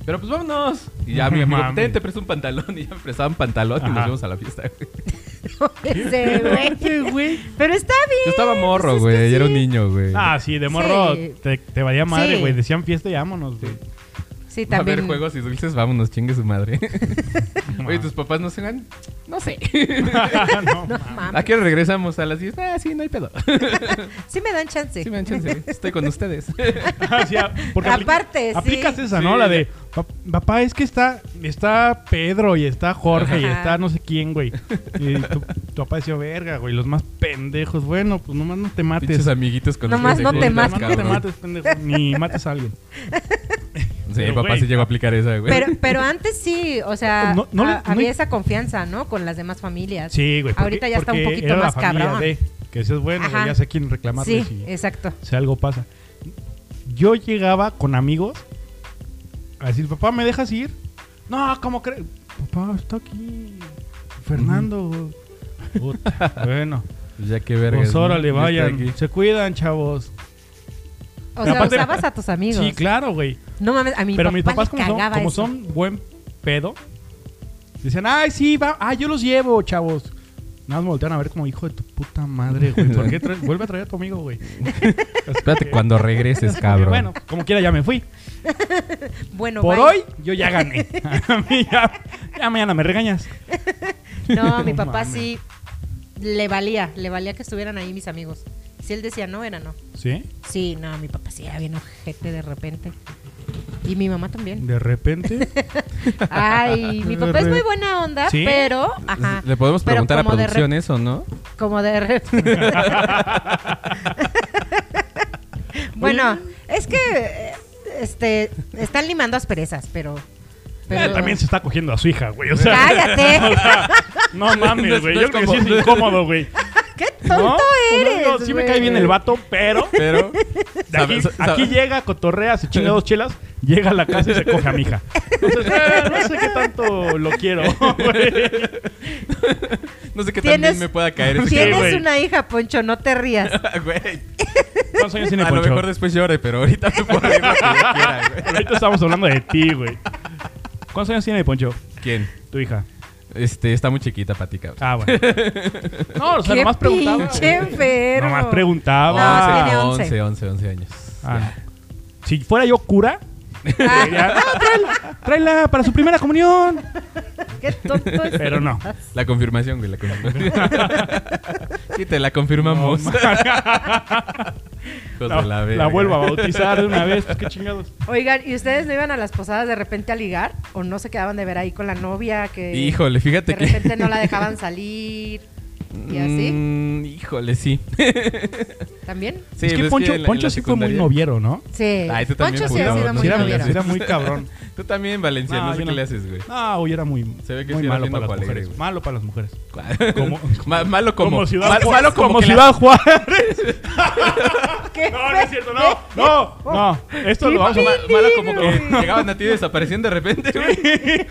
Speaker 3: Pero pues vámonos. Y ya mi amigo,
Speaker 2: Mames.
Speaker 3: "Ten, te presto un pantalón. Y ya me prestaban pantalón y
Speaker 2: Ajá.
Speaker 3: nos fuimos a la fiesta, güey.
Speaker 1: Ese, güey. Pero está bien.
Speaker 3: Yo estaba morro,
Speaker 1: es
Speaker 3: güey.
Speaker 1: que
Speaker 3: yo Era un
Speaker 1: sí.
Speaker 3: niño, güey.
Speaker 2: Ah, sí, de morro
Speaker 1: Sí.
Speaker 2: te, te valía madre,
Speaker 1: Sí.
Speaker 2: güey. Decían fiesta y vámonos, güey.
Speaker 4: Sí,
Speaker 3: Va a haber
Speaker 4: también.
Speaker 3: juegos y dulces, vámonos, chingue su madre. Oye, ¿tus papás no se van? No sé.
Speaker 2: No,
Speaker 4: No mames.
Speaker 3: ¿A qué hora regresamos? A las 10. Ah, sí, no hay pedo.
Speaker 4: Sí me dan chance.
Speaker 3: Sí, me dan chance. Estoy con ustedes.
Speaker 2: O sea, porque apli-
Speaker 4: Aparte, sí.
Speaker 2: aplicas esa, ¿no?
Speaker 3: Sí.
Speaker 2: La de "Pa- papá, es que está está Pedro y está Jorge y
Speaker 4: Ajá.
Speaker 2: está no sé quién, güey. Y tu, tu papá decía, "Verga, güey, los más pendejos." Bueno, pues nomás no te mates.
Speaker 3: Pinches amiguitos con
Speaker 4: Nomás no
Speaker 3: ustedes de
Speaker 4: te
Speaker 3: juntas,
Speaker 2: Nomás
Speaker 4: mates.
Speaker 2: no te
Speaker 3: cabrón.
Speaker 2: mates, pendejo, ni mates a alguien.
Speaker 3: Sí,
Speaker 2: Pero,
Speaker 3: papá
Speaker 2: güey.
Speaker 3: sí llegó a aplicar esa, güey.
Speaker 1: Pero, pero antes sí, o sea,
Speaker 2: No- no le-
Speaker 1: ha-
Speaker 2: no
Speaker 1: había
Speaker 2: le-
Speaker 1: esa confianza, ¿no? Con las demás familias.
Speaker 2: Sí, güey. porque-
Speaker 1: Ahorita ya está un
Speaker 2: porque
Speaker 1: poquito
Speaker 2: era la
Speaker 1: más
Speaker 2: familia
Speaker 1: cabrón.
Speaker 2: de, que dices, bueno, güey,
Speaker 1: Ajá.
Speaker 2: ya sé a quién reclamarle
Speaker 1: Sí,
Speaker 2: si,
Speaker 1: exacto.
Speaker 2: si algo pasa. Yo llegaba con amigos a decir, papá, ¿me dejas ir? No, ¿cómo crees? Papá, está aquí Fernando. Puta, bueno,
Speaker 3: Ya que verga.
Speaker 2: pues órale, vayan. Se cuidan, chavos.
Speaker 1: O sea,
Speaker 2: Aparte-
Speaker 1: usabas a tus amigos.
Speaker 2: Sí, claro, güey.
Speaker 1: No mames, a mi
Speaker 2: Pero
Speaker 1: papá
Speaker 2: mis papás,
Speaker 1: le
Speaker 2: como son,
Speaker 1: cagaba
Speaker 2: como
Speaker 1: eso.
Speaker 2: son buen pedo, dicen, ay, sí, va, ah, yo los llevo, chavos. Nada más me voltean a ver como hijo de tu puta madre, güey. ¿Por qué traes- vuelve a traer a tu amigo, güey?
Speaker 3: Espérate cuando regreses, cabrón.
Speaker 2: Bueno, como quiera ya me fui.
Speaker 1: Bueno,
Speaker 2: Por
Speaker 1: bye.
Speaker 2: hoy yo ya gané. A mí ya, ya mañana me regañas.
Speaker 1: No, mi
Speaker 2: No
Speaker 1: papá
Speaker 2: mames.
Speaker 1: sí le valía, le valía que estuvieran ahí mis amigos. Si él decía no, era no.
Speaker 2: ¿Sí?
Speaker 1: Sí, no, mi papá sí era bien ojete de repente. Y mi mamá también.
Speaker 2: De repente.
Speaker 1: Ay, mi papá es muy buena onda,
Speaker 2: ¿Sí?
Speaker 1: pero. Ajá.
Speaker 3: Le podemos
Speaker 1: Pero
Speaker 3: preguntar a
Speaker 1: como de
Speaker 3: producción
Speaker 1: re-
Speaker 3: eso, ¿no?
Speaker 1: como de repente. bueno, es que. eh, Este. Están limando asperezas, pero.
Speaker 2: Eh,
Speaker 1: pero-
Speaker 2: también se está cogiendo a su hija, güey. O sea, o
Speaker 1: ¡Cállate!
Speaker 2: sea, no
Speaker 3: No
Speaker 2: mames,
Speaker 3: es-
Speaker 2: güey.
Speaker 3: no
Speaker 2: Yo
Speaker 3: es
Speaker 2: creo que sí
Speaker 3: como-
Speaker 2: es incómodo, güey.
Speaker 1: ¡Qué
Speaker 2: ¿No?
Speaker 1: tonto
Speaker 2: O sea,
Speaker 1: eres!
Speaker 2: digo, sí me cae
Speaker 1: güey.
Speaker 2: bien el vato, pero
Speaker 3: Pero.
Speaker 2: de aquí,
Speaker 3: Sabe- sabe-
Speaker 2: aquí llega, cotorrea, se chinga dos chelas, llega a la casa y se coge a mi hija. Entonces, eh, no sé qué tanto lo quiero, güey.
Speaker 3: No sé qué tan bien
Speaker 1: Tienes-
Speaker 3: me pueda caer ese
Speaker 2: Sí,
Speaker 1: Tienes
Speaker 2: güey.
Speaker 1: una hija, Poncho, no te rías.
Speaker 3: cabrón, güey.
Speaker 2: ¿Cuántos años tiene
Speaker 3: A lo
Speaker 2: Poncho?
Speaker 3: mejor después llore, pero ahorita tú puedes decir lo que yo quiera, güey.
Speaker 2: Ahorita estamos hablando de ti, güey. ¿Cuántos años tiene Poncho?
Speaker 3: ¿Quién?
Speaker 2: Tu hija.
Speaker 3: Este, está muy chiquita, Pati, cabrón.
Speaker 2: Ah, bueno. No, o sea,
Speaker 1: ¡Qué
Speaker 2: nomás preguntaba.
Speaker 1: pinche enfermo!
Speaker 2: Nomás preguntaba.
Speaker 1: No, tiene
Speaker 3: 11,
Speaker 1: 11.
Speaker 3: 11, 11, 11 años.
Speaker 2: Ah. Si fuera yo cura,
Speaker 1: Ah,
Speaker 2: diría, "Ah, tráela, tráela para su primera comunión.
Speaker 1: ¡Qué tonto es!
Speaker 2: Pero no.
Speaker 3: La confirmación, güey, la confirmación. sí, te la confirmamos.
Speaker 2: No,
Speaker 3: Hijos
Speaker 2: La,
Speaker 3: de
Speaker 2: la
Speaker 3: verga.
Speaker 2: vuelvo a bautizar de una vez. Pues qué chingados.
Speaker 1: Oigan, ¿y ustedes no iban a las posadas de repente a ligar? ¿O no se quedaban de ver ahí con la novia que
Speaker 3: Híjole,
Speaker 1: de
Speaker 3: fíjate que.
Speaker 1: repente no la dejaban salir? ¿Y así?
Speaker 3: Mm, híjole, sí.
Speaker 1: ¿También?
Speaker 3: Sí,
Speaker 2: es
Speaker 3: pues
Speaker 2: que Poncho,
Speaker 3: en la- en
Speaker 2: Poncho
Speaker 3: la
Speaker 2: sí fue muy
Speaker 3: secundaria-
Speaker 2: noviero, ¿no?
Speaker 1: Sí.
Speaker 3: Ay, tú también,
Speaker 1: Poncho sí ha
Speaker 3: Julio,
Speaker 1: sido
Speaker 3: no
Speaker 1: muy
Speaker 2: era,
Speaker 3: noviero.
Speaker 2: sí era muy cabrón.
Speaker 3: Tú también, Valencia, no,
Speaker 2: No,
Speaker 3: sé
Speaker 2: yo
Speaker 3: qué
Speaker 2: no.
Speaker 3: le haces, güey.
Speaker 2: No, yo era muy,
Speaker 3: Se ve que
Speaker 2: muy
Speaker 3: sí era
Speaker 2: malo
Speaker 3: bien
Speaker 2: para las
Speaker 3: loco alegre,
Speaker 2: mujeres.
Speaker 3: güey.
Speaker 2: Malo para las mujeres.
Speaker 3: Como,
Speaker 2: Como-
Speaker 3: malo como.
Speaker 2: Como Ciudad
Speaker 3: mal-
Speaker 2: Juárez.
Speaker 3: malo como.
Speaker 2: Como
Speaker 3: que la-
Speaker 2: Ciudad Juárez.
Speaker 1: ¿Qué
Speaker 2: No, no es cierto, no. No, no. Esto lo vamos a
Speaker 3: ma- malo como que llegaban a ti y desaparecían de repente, güey.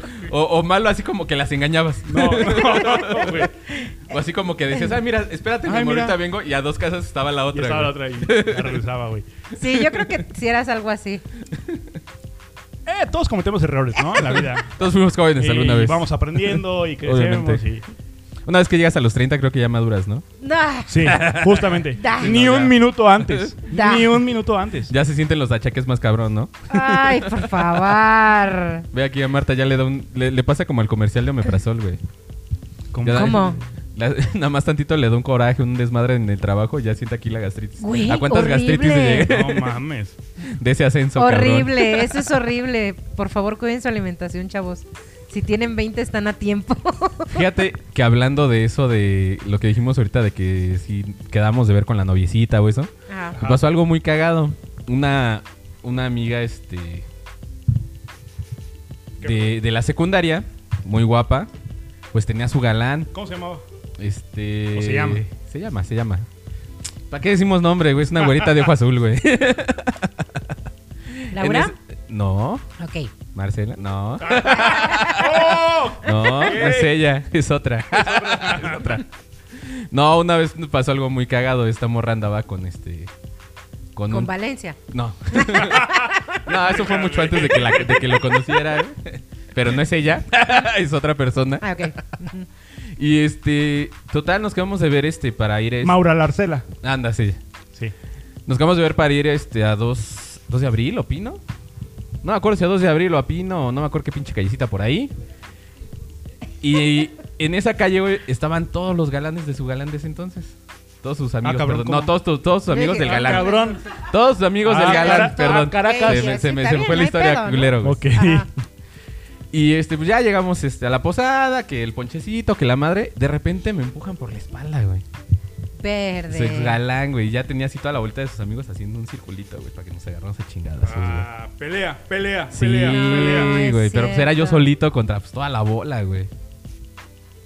Speaker 3: O, o malo así como que las engañabas.
Speaker 2: No, no, no, güey.
Speaker 3: O así como que decías, ay, mira, espérate, mi
Speaker 2: Ay,
Speaker 3: amor,
Speaker 2: mira.
Speaker 3: ahorita vengo. Y a dos casas estaba la
Speaker 2: Y
Speaker 3: otra.
Speaker 2: estaba la
Speaker 3: güey.
Speaker 2: otra ahí. Ya regresaba, güey.
Speaker 1: Sí, yo creo que si eras algo así.
Speaker 2: Eh, todos cometemos errores, ¿no? En la vida.
Speaker 3: Todos fuimos jóvenes
Speaker 2: Y
Speaker 3: alguna vez.
Speaker 2: Vamos aprendiendo y crecemos.
Speaker 3: Obviamente.
Speaker 2: Y...
Speaker 3: Una vez que llegas a los 30, creo que ya maduras, ¿no?
Speaker 1: No.
Speaker 2: Sí, justamente.
Speaker 1: Da.
Speaker 2: Ni
Speaker 3: No,
Speaker 2: un
Speaker 3: ya.
Speaker 2: minuto antes.
Speaker 1: Da.
Speaker 2: Ni un minuto antes.
Speaker 3: Ya se sienten los achaques más cabrón, ¿no?
Speaker 1: Ay, por favor.
Speaker 3: Ve aquí a Marta, ya le da un. Le, le pasa como al comercial de Omeprazol, güey.
Speaker 2: Como-
Speaker 3: Ya da-
Speaker 1: ¿Cómo?
Speaker 3: la- nada más tantito le da un coraje, un desmadre en el trabajo, ya siente aquí la gastritis.
Speaker 1: Güey,
Speaker 3: ¿A cuántas
Speaker 1: horrible.
Speaker 3: gastritis le llegué?
Speaker 2: No mames.
Speaker 3: de ese ascenso, cabrón?
Speaker 1: horrible, eso es horrible. Por favor, cuiden su alimentación, chavos. Si tienen 20 están a tiempo.
Speaker 3: Fíjate que hablando de eso, de lo que dijimos ahorita, de que si quedamos de ver con la noviecita o eso,
Speaker 1: Ah,
Speaker 3: me pasó algo muy cagado. Una, una amiga, este. De, de la secundaria, muy guapa, pues tenía su galán.
Speaker 2: ¿Cómo se llamaba?
Speaker 3: Este.
Speaker 2: ¿O se llama?
Speaker 3: Se llama, se llama. ¿Para qué decimos nombre, güey? Es una güerita de ojo azul, güey.
Speaker 1: ¿Laura?
Speaker 3: En ese- No.
Speaker 1: Ok.
Speaker 3: Marcela, no.
Speaker 2: ¡Oh!
Speaker 3: No, no es ella, es otra. Es otra. No, una vez nos pasó algo muy cagado. Esta morra andaba con este. Con,
Speaker 1: Con
Speaker 3: un-
Speaker 1: Valencia.
Speaker 3: No. no, eso fue mucho antes de que, la- de que lo conociera. güey. Pero no es ella, es otra persona.
Speaker 1: Ah, ok.
Speaker 3: Y este. Total, nos quedamos de ver este para ir. a-
Speaker 2: Maura Larcela.
Speaker 3: Anda, sí.
Speaker 2: Sí.
Speaker 3: Nos acabamos de ver para ir este, a 2, 2 de abril, ¿o Pino? No me acuerdo si a 2 de abril o a Pino, o no me acuerdo qué pinche callecita por ahí. Y en esa calle, güey, estaban todos los galanes de su galán de ese entonces. Todos sus amigos,
Speaker 2: Ah, cabrón,
Speaker 3: perdón.
Speaker 2: ¿cómo?
Speaker 3: No, todos, tus- todos sus amigos del
Speaker 1: Ah,
Speaker 3: galán.
Speaker 2: cabrón.
Speaker 3: Todos sus amigos
Speaker 2: Ah,
Speaker 3: del galán,
Speaker 2: cara-
Speaker 3: perdón.
Speaker 2: ah, Caracas.
Speaker 3: Se me, se me-
Speaker 1: Está
Speaker 3: se me
Speaker 1: bien,
Speaker 3: fue
Speaker 1: no
Speaker 3: la
Speaker 1: hay
Speaker 3: historia
Speaker 1: pedo, ¿no?
Speaker 3: culero, güey.
Speaker 2: Ok.
Speaker 1: Ajá.
Speaker 3: Y este, pues ya llegamos este, a la posada, que el ponchecito, que la madre. De repente me empujan por la espalda, güey. Su
Speaker 1: Verde.
Speaker 3: exgalán, güey. Ya tenía así toda la vuelta de sus amigos haciendo un circulito, güey, para que nos agarramos a chingadas, güey.
Speaker 2: Ah, pelea, pelea,
Speaker 3: Sí,
Speaker 2: pelea, pelea.
Speaker 3: güey.
Speaker 1: es
Speaker 3: pero pues era yo
Speaker 1: cierto.
Speaker 3: solito contra pues, toda la bola, güey.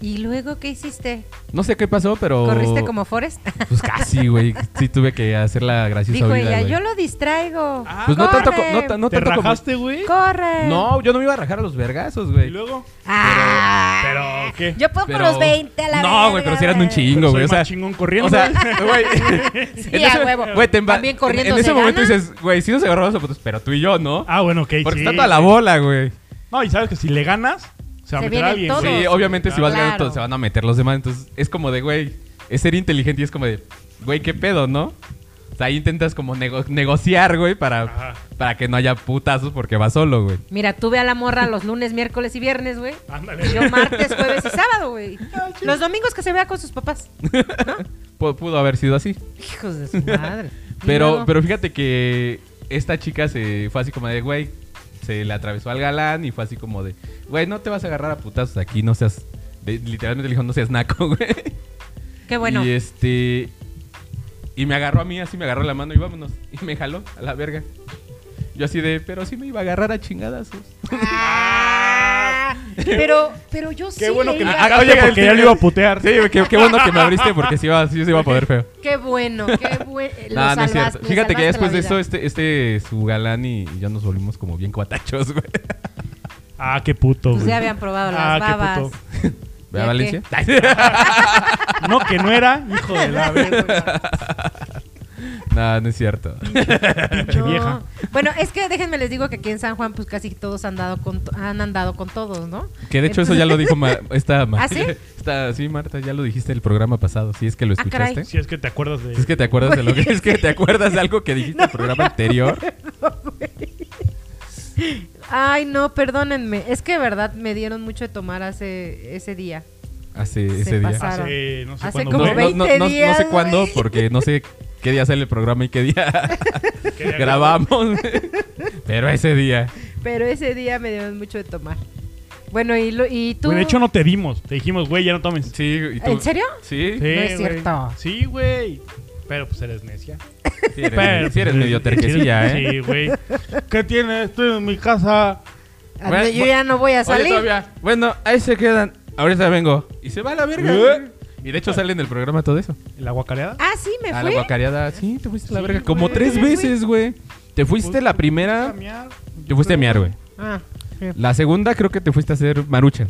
Speaker 1: ¿Y luego qué hiciste?
Speaker 3: No sé qué pasó, pero.
Speaker 1: ¿Corriste como Forrest?
Speaker 3: Pues casi, güey. Sí tuve que hacer la graciosa
Speaker 1: Dijo
Speaker 3: vida,
Speaker 1: ella,
Speaker 3: güey.
Speaker 1: yo lo distraigo.
Speaker 2: Ah,
Speaker 3: Pues no tanto, co-
Speaker 1: ¡Corre!
Speaker 3: no, ta- no
Speaker 2: ¿Te
Speaker 3: tanto como-
Speaker 2: rajaste, güey?
Speaker 1: ¡Corre!
Speaker 3: No, yo no me iba a rajar a los vergazos,
Speaker 2: ¿Y
Speaker 3: güey.
Speaker 2: luego?
Speaker 1: Ah,
Speaker 2: ¿Pero qué?
Speaker 1: Yo puedo
Speaker 3: Pero-
Speaker 1: con los 20 a la
Speaker 3: No, güey,
Speaker 1: verga,
Speaker 3: pero si eran un
Speaker 2: Pero
Speaker 3: chingo,
Speaker 2: soy
Speaker 3: güey. O sea,
Speaker 2: más chingón corriendo.
Speaker 3: O sea, güey.
Speaker 1: Sí, a huevo.
Speaker 3: Güey, te emba-
Speaker 1: También corriendo
Speaker 3: En, en ese
Speaker 1: se
Speaker 3: momento
Speaker 1: gana.
Speaker 3: dices, güey, sí nos agarramos a putos, pero tú y yo, ¿no?
Speaker 2: ah, bueno, ok.
Speaker 3: Porque
Speaker 2: sí.
Speaker 3: está toda la bola, güey.
Speaker 2: No, y sabes que si le ganas, se va a
Speaker 1: Se
Speaker 2: meter
Speaker 1: vienen
Speaker 2: alguien.
Speaker 1: todos.
Speaker 2: güey.
Speaker 3: Sí, obviamente si vas
Speaker 1: Claro.
Speaker 3: ganando todos, se van a meter los demás. Entonces es como de, güey, es ser inteligente y es como de, güey, qué pedo, ¿no? O sea, ahí intentas como nego- negociar, güey, para,
Speaker 2: Ajá.
Speaker 3: para que no haya putazos porque vas solo, güey.
Speaker 1: Mira, tú ve a la morra los lunes, miércoles y viernes, güey.
Speaker 2: Ándale.
Speaker 1: Yo martes, jueves y sábado, güey. Los domingos que se vea con sus papás.
Speaker 3: Pu- Pudo haber sido así.
Speaker 1: Hijos de su madre. Y
Speaker 3: Pero,
Speaker 1: luego,
Speaker 3: pero fíjate que esta chica se fue así como de, güey, se le atravesó al galán y fue así como de, güey, no te vas a agarrar a putazos aquí, no seas, de- literalmente le dijo, no seas naco, güey.
Speaker 1: Qué bueno.
Speaker 3: Y este, y me agarró a mí, así me agarró la mano y vámonos. Y me jaló a la verga. Yo así de, pero sí me iba a agarrar a chingadazos.
Speaker 1: Ah. Pero, pero yo sí.
Speaker 2: Qué bueno que
Speaker 1: leí-
Speaker 2: me
Speaker 3: Ah,
Speaker 2: cagaste
Speaker 3: oye,
Speaker 2: porque
Speaker 3: el-
Speaker 2: ya lo iba a putear.
Speaker 3: Sí, güey, qué, qué bueno que me abriste porque si iba, sí se iba a poder feo.
Speaker 1: Qué bueno, qué eh, bueno.
Speaker 3: No, no es cierto. Fíjate que ya después de eso, este, este, su galán y, y ya nos volvimos como bien cuatachos, güey.
Speaker 2: Ah, qué puto,
Speaker 1: Pues
Speaker 2: güey.
Speaker 1: ya habían probado las
Speaker 2: Ah, qué
Speaker 1: babas.
Speaker 2: puto.
Speaker 3: ¿Verdad,
Speaker 1: ¿Ya
Speaker 3: Valencia?
Speaker 2: No, que no era, hijo de la
Speaker 3: No, no es cierto.
Speaker 2: pinche
Speaker 1: No.
Speaker 2: vieja.
Speaker 1: Bueno, es que déjenme les digo que aquí en San Juan, pues casi todos han, dado con to- han andado con todos, ¿no?
Speaker 3: Que de hecho eso
Speaker 1: Entonces-
Speaker 3: ya lo dijo Ma- esta Marta.
Speaker 1: ¿Ah, sí?
Speaker 3: Esta, sí, Marta, ya lo dijiste el programa pasado. Si es que lo
Speaker 1: Ah, caray.
Speaker 3: escuchaste.
Speaker 2: Si es que te acuerdas de.
Speaker 3: Si es que te acuerdas de lo que es que te acuerdas de algo que dijiste el programa anterior.
Speaker 1: Ay, no, perdónenme. Es que, de verdad, me dieron mucho de tomar hace ese día.
Speaker 3: Hace
Speaker 1: Se
Speaker 3: ese día.
Speaker 1: pasaron.
Speaker 2: Hace, no sé
Speaker 1: Hace
Speaker 2: cuándo
Speaker 3: No,
Speaker 1: como
Speaker 2: fue.
Speaker 3: no, no, no,
Speaker 1: 20
Speaker 3: no sé
Speaker 1: días,
Speaker 3: cuándo,
Speaker 1: güey.
Speaker 3: porque no sé qué día sale el programa y qué día
Speaker 2: Que ya-
Speaker 3: grabamos. Pero ese día.
Speaker 1: Pero ese día me dieron mucho de tomar. Bueno, y, lo- y tú.
Speaker 2: Güey, de hecho, no te dimos. Te dijimos, güey, ya no tomes. Sí,
Speaker 3: Sí, y tú-
Speaker 1: ¿En serio?
Speaker 3: Sí.
Speaker 2: güey.
Speaker 1: es cierto.
Speaker 2: Sí, güey. Pero pues eres necia.
Speaker 3: Sí, eres,
Speaker 2: Pero,
Speaker 3: sí eres
Speaker 2: pues,
Speaker 3: medio
Speaker 2: sí eres-
Speaker 3: terquecilla, ¿eh?
Speaker 2: Sí, güey. ¿Qué tiene? Estoy en mi casa.
Speaker 1: Ah,
Speaker 3: Bueno,
Speaker 1: yo
Speaker 3: bu-
Speaker 1: ya no voy a
Speaker 3: Oye,
Speaker 1: salir.
Speaker 3: todavía. Bueno, ahí se quedan. Ahorita vengo. Y se va a la verga.
Speaker 2: ¿Eh?
Speaker 3: Y de hecho sale en el programa todo eso.
Speaker 2: ¿La guacareada?
Speaker 1: Ah, sí, me
Speaker 3: a
Speaker 1: fui.
Speaker 3: la guacareada. Sí, te fuiste a la
Speaker 2: Sí,
Speaker 3: verga.
Speaker 2: güey.
Speaker 3: Como tres
Speaker 2: Yo me
Speaker 3: veces, güey. Te fuiste la primera. Te fuiste a miar, güey.
Speaker 1: Ah, sí.
Speaker 3: La segunda creo que te fuiste a hacer marucha.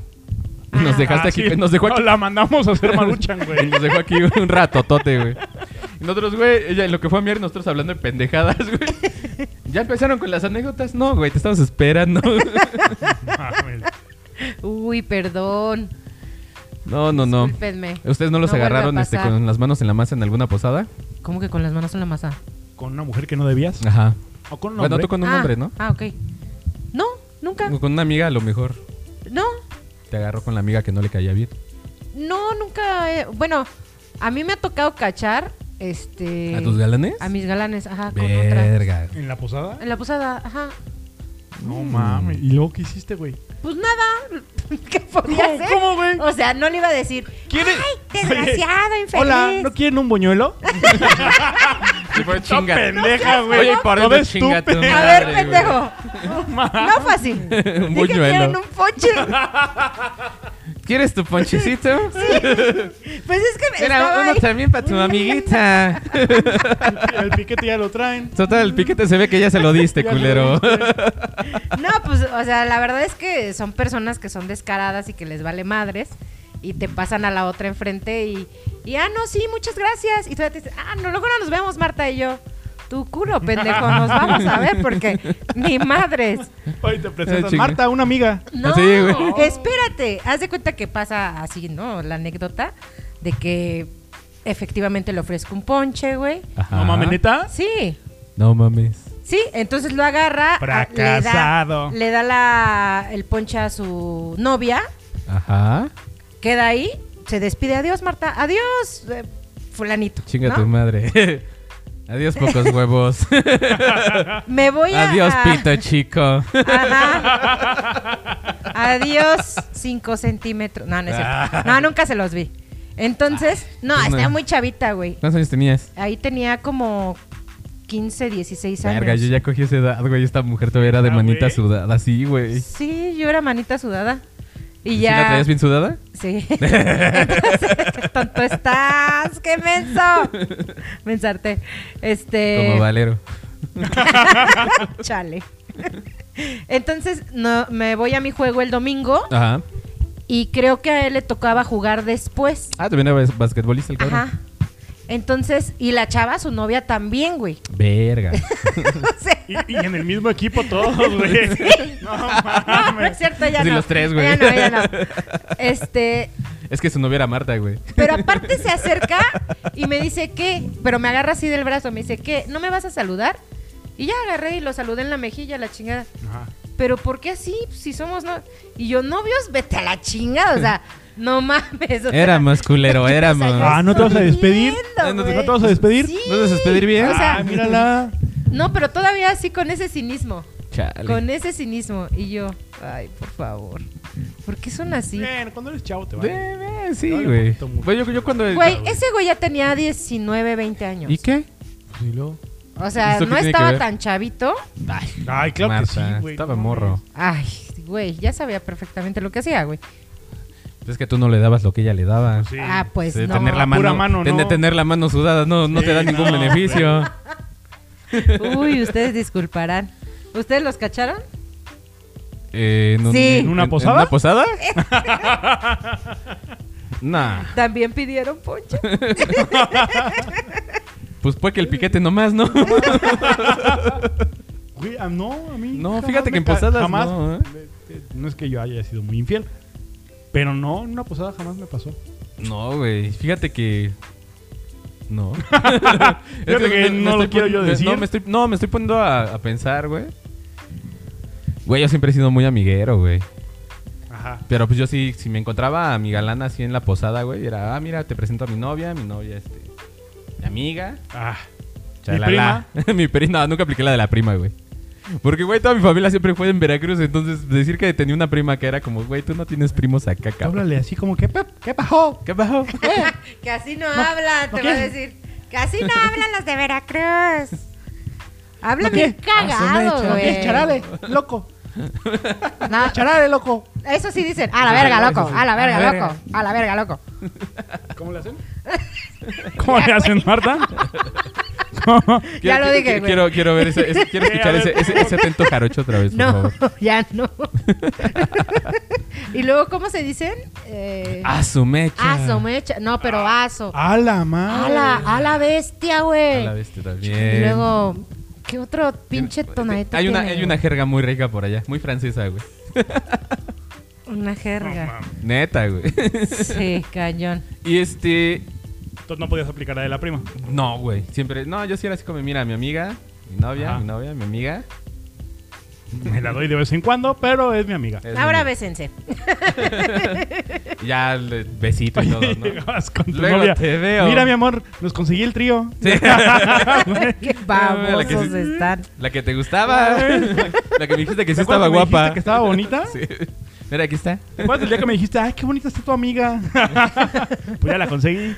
Speaker 3: Nos dejaste
Speaker 2: Ah,
Speaker 3: aquí.
Speaker 2: sí.
Speaker 3: Nos dejó
Speaker 2: No,
Speaker 3: aquí.
Speaker 2: la mandamos a hacer maruchan, güey.
Speaker 3: Nos dejó aquí un ratotote, güey. Y Nosotros, güey, ella en lo que fue a miar, nosotros hablando de pendejadas, güey. ¿Ya empezaron con las anécdotas? No, güey, te estamos esperando.
Speaker 2: Mames.
Speaker 1: Uy, perdón.
Speaker 3: No, no, no.
Speaker 1: Discúlpenme.
Speaker 3: ¿Ustedes no los
Speaker 1: No vuelve a
Speaker 3: agarraron este,
Speaker 1: pasar.
Speaker 3: con las manos en la masa en alguna posada?
Speaker 1: ¿Cómo que con las manos en la masa?
Speaker 2: ¿Con una mujer que no debías?
Speaker 3: Ajá.
Speaker 2: ¿O con un
Speaker 3: Bueno,
Speaker 2: hombre?
Speaker 3: tú con un
Speaker 1: ah,
Speaker 3: hombre, ¿no?
Speaker 1: Ah, ok. No, nunca.
Speaker 3: Con una amiga a lo mejor.
Speaker 1: No,
Speaker 3: Te agarró con la amiga que no le caía bien.
Speaker 1: no, nunca. eh, bueno, a mí me ha tocado cachar, este...
Speaker 3: ¿A tus galanes?
Speaker 1: A mis galanes, ajá, con otra.
Speaker 3: Verga.
Speaker 2: ¿En la posada?
Speaker 1: En la posada, ajá.
Speaker 2: No mames. ¿Y luego qué hiciste, güey?
Speaker 1: Pues nada, ¿qué podía
Speaker 2: ¿Cómo-
Speaker 1: hacer?
Speaker 2: cómo, güey?
Speaker 1: O sea, no le iba a decir,
Speaker 2: ¿Quiere-
Speaker 1: ay, desgraciado, infeliz.
Speaker 2: Hola, ¿no quieren un buñuelo?
Speaker 3: Sí, fue chinga.
Speaker 2: pendeja, güey.
Speaker 3: Oye, por
Speaker 2: Toda
Speaker 3: eso chinga tu
Speaker 2: estúpida.
Speaker 1: a ver,
Speaker 3: madre, güey.
Speaker 1: pendejo. No fue así. Dije que
Speaker 3: buñuelo.
Speaker 1: quieren un ponche.
Speaker 3: ¿Quieres tu ponchecito?
Speaker 1: Pues es que me
Speaker 3: Era
Speaker 1: estaba
Speaker 3: uno
Speaker 1: ahí.
Speaker 3: también para tu amiguita.
Speaker 2: El piquete ya lo traen.
Speaker 3: Total, el piquete se ve que ya se lo diste,
Speaker 2: Ya se lo
Speaker 3: culero.
Speaker 1: No, pues, o sea, la verdad es que son personas que son descaradas y que les vale madres y te pasan a la otra enfrente y, y ah, no, sí, muchas gracias. Y todavía te dicen, ah, no, luego no nos vemos, Marta y yo. Tu culo, pendejo, nos vamos a ver porque ni madres.
Speaker 2: Hoy te presentas.
Speaker 3: chinga.
Speaker 2: Marta, una amiga.
Speaker 1: No,
Speaker 3: Así, güey.
Speaker 1: espérate. Haz de cuenta que pasa así, ¿no? La anécdota de que efectivamente le ofrezco un ponche, güey.
Speaker 3: Ajá.
Speaker 2: No mames, neta.
Speaker 1: Sí,
Speaker 3: No mames.
Speaker 1: sí, entonces lo agarra. a- le da,
Speaker 2: Fracasado.
Speaker 1: le da la, el ponche a su novia,
Speaker 3: Ajá.
Speaker 1: queda ahí, se despide. Adiós, Marta, adiós, eh, fulanito.
Speaker 3: Chinga
Speaker 1: ¿no?
Speaker 3: tu madre. Adiós, pocos huevos.
Speaker 1: Me voy a.
Speaker 3: Adiós,
Speaker 1: a-
Speaker 3: pito chico.
Speaker 1: Ajá. Adiós, 5 centímetros. No, no es cierto. No, nunca se los vi. Entonces, no,
Speaker 3: pues Ah. no.
Speaker 1: estaba muy chavita, güey.
Speaker 3: ¿Cuántos años tenías?
Speaker 1: Ahí tenía como 15, 16 años.
Speaker 3: Verga, yo ya cogí esa edad, güey. Esta mujer todavía era de
Speaker 2: Ah,
Speaker 3: manita
Speaker 2: güey.
Speaker 3: sudada, sí, güey.
Speaker 1: Sí, yo era manita sudada. Y
Speaker 3: ¿Sí la
Speaker 1: ya.
Speaker 3: traías bien sudada?
Speaker 1: Sí. Entonces, qué tonto estás, qué menso. Mensarte. Este.
Speaker 3: Como valero.
Speaker 1: Chale. Entonces, no, me voy a mi juego el domingo
Speaker 3: Ajá.
Speaker 1: y creo que a él le tocaba jugar después.
Speaker 3: Ah, también era bas- basquetbolista el cabrón.
Speaker 1: Ajá. Entonces, y la chava, su novia también, güey.
Speaker 3: Verga.
Speaker 1: O sea,
Speaker 2: Y, y en el mismo equipo todos, güey.
Speaker 1: no,
Speaker 2: No
Speaker 1: no es
Speaker 2: mames.
Speaker 1: cierto, ya
Speaker 3: Ah, Sí,
Speaker 1: no.
Speaker 3: los tres, güey.
Speaker 1: Ya no, ya no. Este,
Speaker 3: es que su novia era Marta, güey.
Speaker 1: pero aparte se acerca y me dice, ¿qué? Pero me agarra así del brazo, me dice, ¿qué? ¿No me vas a saludar? Y ya agarré y lo saludé en la mejilla, la chingada.
Speaker 2: Ajá.
Speaker 1: Pero ¿por qué así? Si somos no... Y yo, novios, vete a la chingada, o sea, no mames. o sea,
Speaker 3: Éramos, culero,
Speaker 1: o sea, yo
Speaker 3: éramos.
Speaker 2: Ah, ¿no te vas a despedir?
Speaker 1: sufriendo,
Speaker 2: ¿No te-
Speaker 1: güey.
Speaker 2: no te vas a despedir?
Speaker 1: Sí.
Speaker 3: ¿No te vas a despedir bien?
Speaker 1: O sea,
Speaker 2: Ah, mírala.
Speaker 1: No, pero todavía así con ese cinismo.
Speaker 3: Chale.
Speaker 1: Con ese cinismo. Y yo, ay, por favor. ¿Por qué son así?
Speaker 2: Bueno, cuando eres chavo te va.
Speaker 3: Ve, ve, sí,
Speaker 2: Yo le
Speaker 3: güey.
Speaker 2: apunto mucho.
Speaker 3: Güey, yo, yo cuando.
Speaker 1: Güey, ese güey ya tenía 19, 20 años.
Speaker 3: ¿Y qué?
Speaker 1: O sea,
Speaker 3: ¿Esto qué
Speaker 1: no
Speaker 3: tiene que
Speaker 1: estaba
Speaker 3: ver?
Speaker 1: tan chavito.
Speaker 3: Ay,
Speaker 2: Ay, claro que
Speaker 3: Marta,
Speaker 2: sí, güey.
Speaker 3: Estaba
Speaker 2: No
Speaker 3: morro.
Speaker 2: mames.
Speaker 1: Ay, güey, ya sabía perfectamente lo que hacía, güey.
Speaker 3: Pues Es que tú no le dabas lo que ella le daba.
Speaker 2: Sí.
Speaker 1: Ah, pues
Speaker 3: De
Speaker 1: no.
Speaker 3: tener la
Speaker 2: Pura
Speaker 3: mano,
Speaker 2: mano,
Speaker 3: ten- de
Speaker 2: no.
Speaker 3: tener la mano sudada no, no
Speaker 2: Sí,
Speaker 3: te da ningún
Speaker 2: no,
Speaker 3: beneficio.
Speaker 1: Uy, ustedes disculparán. ¿Ustedes los cacharon?
Speaker 3: Eh, en un-
Speaker 1: Sí.
Speaker 2: ¿En una
Speaker 3: en- en
Speaker 2: posada?
Speaker 3: una posada? nah.
Speaker 1: También pidieron poncho.
Speaker 3: Pues puede que el piquete nomás, ¿no?
Speaker 2: Güey, ah, no, a mí.
Speaker 3: No,
Speaker 2: jamás
Speaker 3: fíjate que
Speaker 2: me
Speaker 3: en
Speaker 2: ca-
Speaker 3: posadas
Speaker 2: Jamás.
Speaker 3: no, ¿eh?
Speaker 2: eh, No es que yo haya sido muy infiel. Pero no, en una posada jamás me pasó.
Speaker 3: no, güey. Fíjate que. No.
Speaker 2: Fíjate que
Speaker 3: me- me
Speaker 2: no lo
Speaker 3: estoy
Speaker 2: quiero
Speaker 3: pon-
Speaker 2: yo
Speaker 3: me-
Speaker 2: decir.
Speaker 3: No, me estoy, no, me estoy poniendo a, a pensar, güey. Güey, yo siempre he sido muy amiguero, güey.
Speaker 2: Ajá.
Speaker 3: Pero pues yo sí, si me encontraba a mi galana así en la posada, güey, era, ah, mira, te presento a mi novia, mi novia, este, mi amiga.
Speaker 2: Ah.
Speaker 3: Chalala. mi prima. No, nunca apliqué la de la prima, güey. Porque, güey, toda mi familia siempre fue en Veracruz. Entonces, decir que tenía una prima que era como, güey, tú no tienes primos acá, cabrón.
Speaker 2: Háblale así como que, "Pep, ¿qué pasó?
Speaker 3: ¿Qué pasó?
Speaker 1: que así no, habla,
Speaker 2: ¿no
Speaker 1: te
Speaker 2: qué?
Speaker 1: voy a decir. Que así no hablan los de Veracruz. Hablan bien
Speaker 3: Asomé,
Speaker 1: cagado,
Speaker 3: chale.
Speaker 1: güey.
Speaker 3: ¿Qué es
Speaker 2: Charale, loco.
Speaker 1: No,
Speaker 2: Charale, loco.
Speaker 1: eso sí dicen, a la verga, loco, a la verga, loco, a la verga, loco.
Speaker 2: ¿Cómo le hacen? ¿Cómo le hacen, Marta? ¿Cómo?
Speaker 1: Ya lo dije,
Speaker 3: Quiero,
Speaker 1: güey.
Speaker 3: quiero, quiero ver ese, ese- quiero
Speaker 2: Sí, a
Speaker 3: escuchar
Speaker 2: ver,
Speaker 3: ese,
Speaker 2: por
Speaker 3: ese,
Speaker 2: favor.
Speaker 3: ese atento jarocho otra vez, por
Speaker 1: No,
Speaker 3: favor.
Speaker 1: ya no. y luego, ¿cómo se dicen? Eh,
Speaker 3: Aso mecha.
Speaker 1: aso, mecha. No, pero aso.
Speaker 2: A la madre.
Speaker 1: A la, a la bestia,
Speaker 3: A
Speaker 1: güey.
Speaker 3: la bestia también.
Speaker 1: Y luego, ¿qué otro pinche tonadito
Speaker 3: hay una,
Speaker 1: tiene,
Speaker 3: hay una jerga muy rica por allá, muy francesa, güey.
Speaker 1: güey? Una jerga.
Speaker 3: Neta, güey.
Speaker 1: sí, cañón.
Speaker 3: Y este,
Speaker 2: Entonces no podías aplicar la de la prima.
Speaker 3: No, güey. Siempre. No, yo sí era así como, mira, mi amiga, mi novia,
Speaker 2: Ajá.
Speaker 3: mi novia, mi amiga.
Speaker 2: Me la doy de vez en cuando, pero es mi amiga.
Speaker 3: Es mi
Speaker 1: Ahora
Speaker 3: amiga.
Speaker 1: bésense.
Speaker 3: Ya le- besito y todo, ¿no?
Speaker 2: Llegabas con tu
Speaker 3: Luego
Speaker 2: novia.
Speaker 3: te veo.
Speaker 2: Mira, mi amor, nos conseguí el trío.
Speaker 3: Sí.
Speaker 1: Qué
Speaker 3: la que
Speaker 1: babosos
Speaker 3: sí-
Speaker 1: están.
Speaker 3: La que te gustaba. la que me dijiste que sí
Speaker 2: ¿Te acuerdas
Speaker 3: estaba
Speaker 2: que me dijiste
Speaker 3: guapa.
Speaker 2: que estaba bonita?
Speaker 3: Sí. Mira, aquí está.
Speaker 2: ¿Te acuerdas del día que me dijiste, ay, qué bonita está tu amiga? pues ya la conseguí.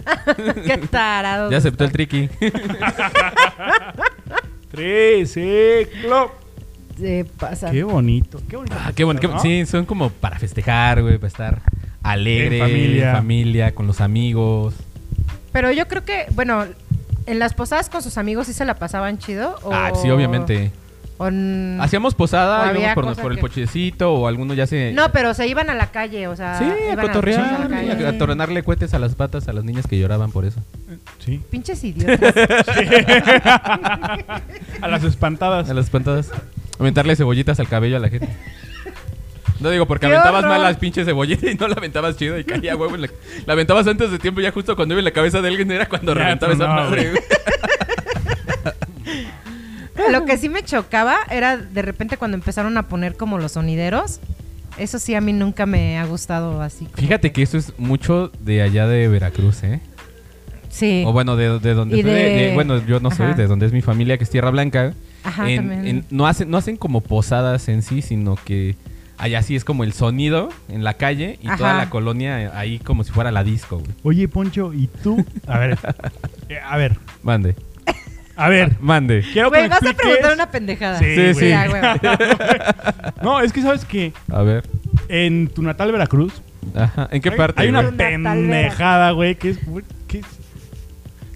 Speaker 1: Qué tarados.
Speaker 3: Ya aceptó el triqui.
Speaker 2: Triciclo.
Speaker 1: Se pasan.
Speaker 2: Qué bonito. Qué bonito.
Speaker 3: Ah, qué bueno. qué-
Speaker 2: ¿no?
Speaker 3: Sí, son como para festejar, güey, para estar alegre,
Speaker 2: En familia.
Speaker 3: en familia, con los amigos.
Speaker 1: Pero yo creo que, bueno, en las posadas con sus amigos sí se la pasaban chido. ¿O...
Speaker 3: Ah, sí, obviamente.
Speaker 1: o n-
Speaker 3: Hacíamos
Speaker 1: Oh. Mm. O
Speaker 3: posada, íbamos
Speaker 1: había
Speaker 3: por,
Speaker 1: cosas
Speaker 3: por el
Speaker 1: que-
Speaker 3: pochecito o alguno ya se.
Speaker 1: No, pero se iban a la calle, o sea.
Speaker 3: Sí, a
Speaker 1: iban a-
Speaker 3: cotorrear,
Speaker 1: sí, a la
Speaker 3: a,
Speaker 1: calle.
Speaker 3: a tornarle cohetes a las patas a las niñas que lloraban por eso.
Speaker 2: Sí.
Speaker 1: Pinches idiotas.
Speaker 2: A las espantadas.
Speaker 3: A las espantadas. Aumentarle cebollitas al cabello a la gente.
Speaker 5: No digo porque
Speaker 1: ¡Qué
Speaker 5: aventabas
Speaker 1: horror!
Speaker 5: mal las pinches cebolletas y no la aventabas chido y caía huevo. en la... la aventabas antes de tiempo, ya justo cuando iba en la cabeza de alguien era cuando
Speaker 2: Ya, pues
Speaker 5: reventaba esa
Speaker 2: tronaba,
Speaker 5: madre. güey.
Speaker 1: Lo que sí me chocaba era de repente cuando empezaron a poner como los sonideros. Eso sí a mí nunca me ha gustado así. como
Speaker 3: Fíjate que eso es mucho de allá de Veracruz, ¿eh?
Speaker 1: Sí.
Speaker 3: O bueno, de, de donde
Speaker 1: Y
Speaker 3: soy, de-
Speaker 1: de-
Speaker 3: de- bueno, yo no soy,
Speaker 1: Ajá.
Speaker 3: de donde es mi familia, que es Tierra Blanca.
Speaker 1: Ajá,
Speaker 3: En-
Speaker 1: también.
Speaker 3: en- no, hacen, no hacen como posadas en sí, sino que allá sí es como el sonido en la calle y toda
Speaker 1: Ajá.
Speaker 3: la colonia ahí como si fuera la disco, güey.
Speaker 6: Oye, Poncho, ¿y tú?
Speaker 2: A ver. eh, a ver.
Speaker 3: Mande,
Speaker 2: A ver.
Speaker 3: mande.
Speaker 2: Quiero que
Speaker 1: Güey,
Speaker 2: me
Speaker 1: vas a
Speaker 2: expliques-
Speaker 1: preguntar una pendejada.
Speaker 2: Sí,
Speaker 3: Sí,
Speaker 2: güey.
Speaker 3: sí.
Speaker 1: Ya, güey.
Speaker 2: No, es que sabes que
Speaker 3: A ver.
Speaker 2: en tu natal Veracruz
Speaker 3: Ajá. ¿En qué
Speaker 2: hay,
Speaker 3: parte?
Speaker 2: hay una
Speaker 3: güey?
Speaker 4: Natal
Speaker 2: pendejada, güey, que es güey, que, es-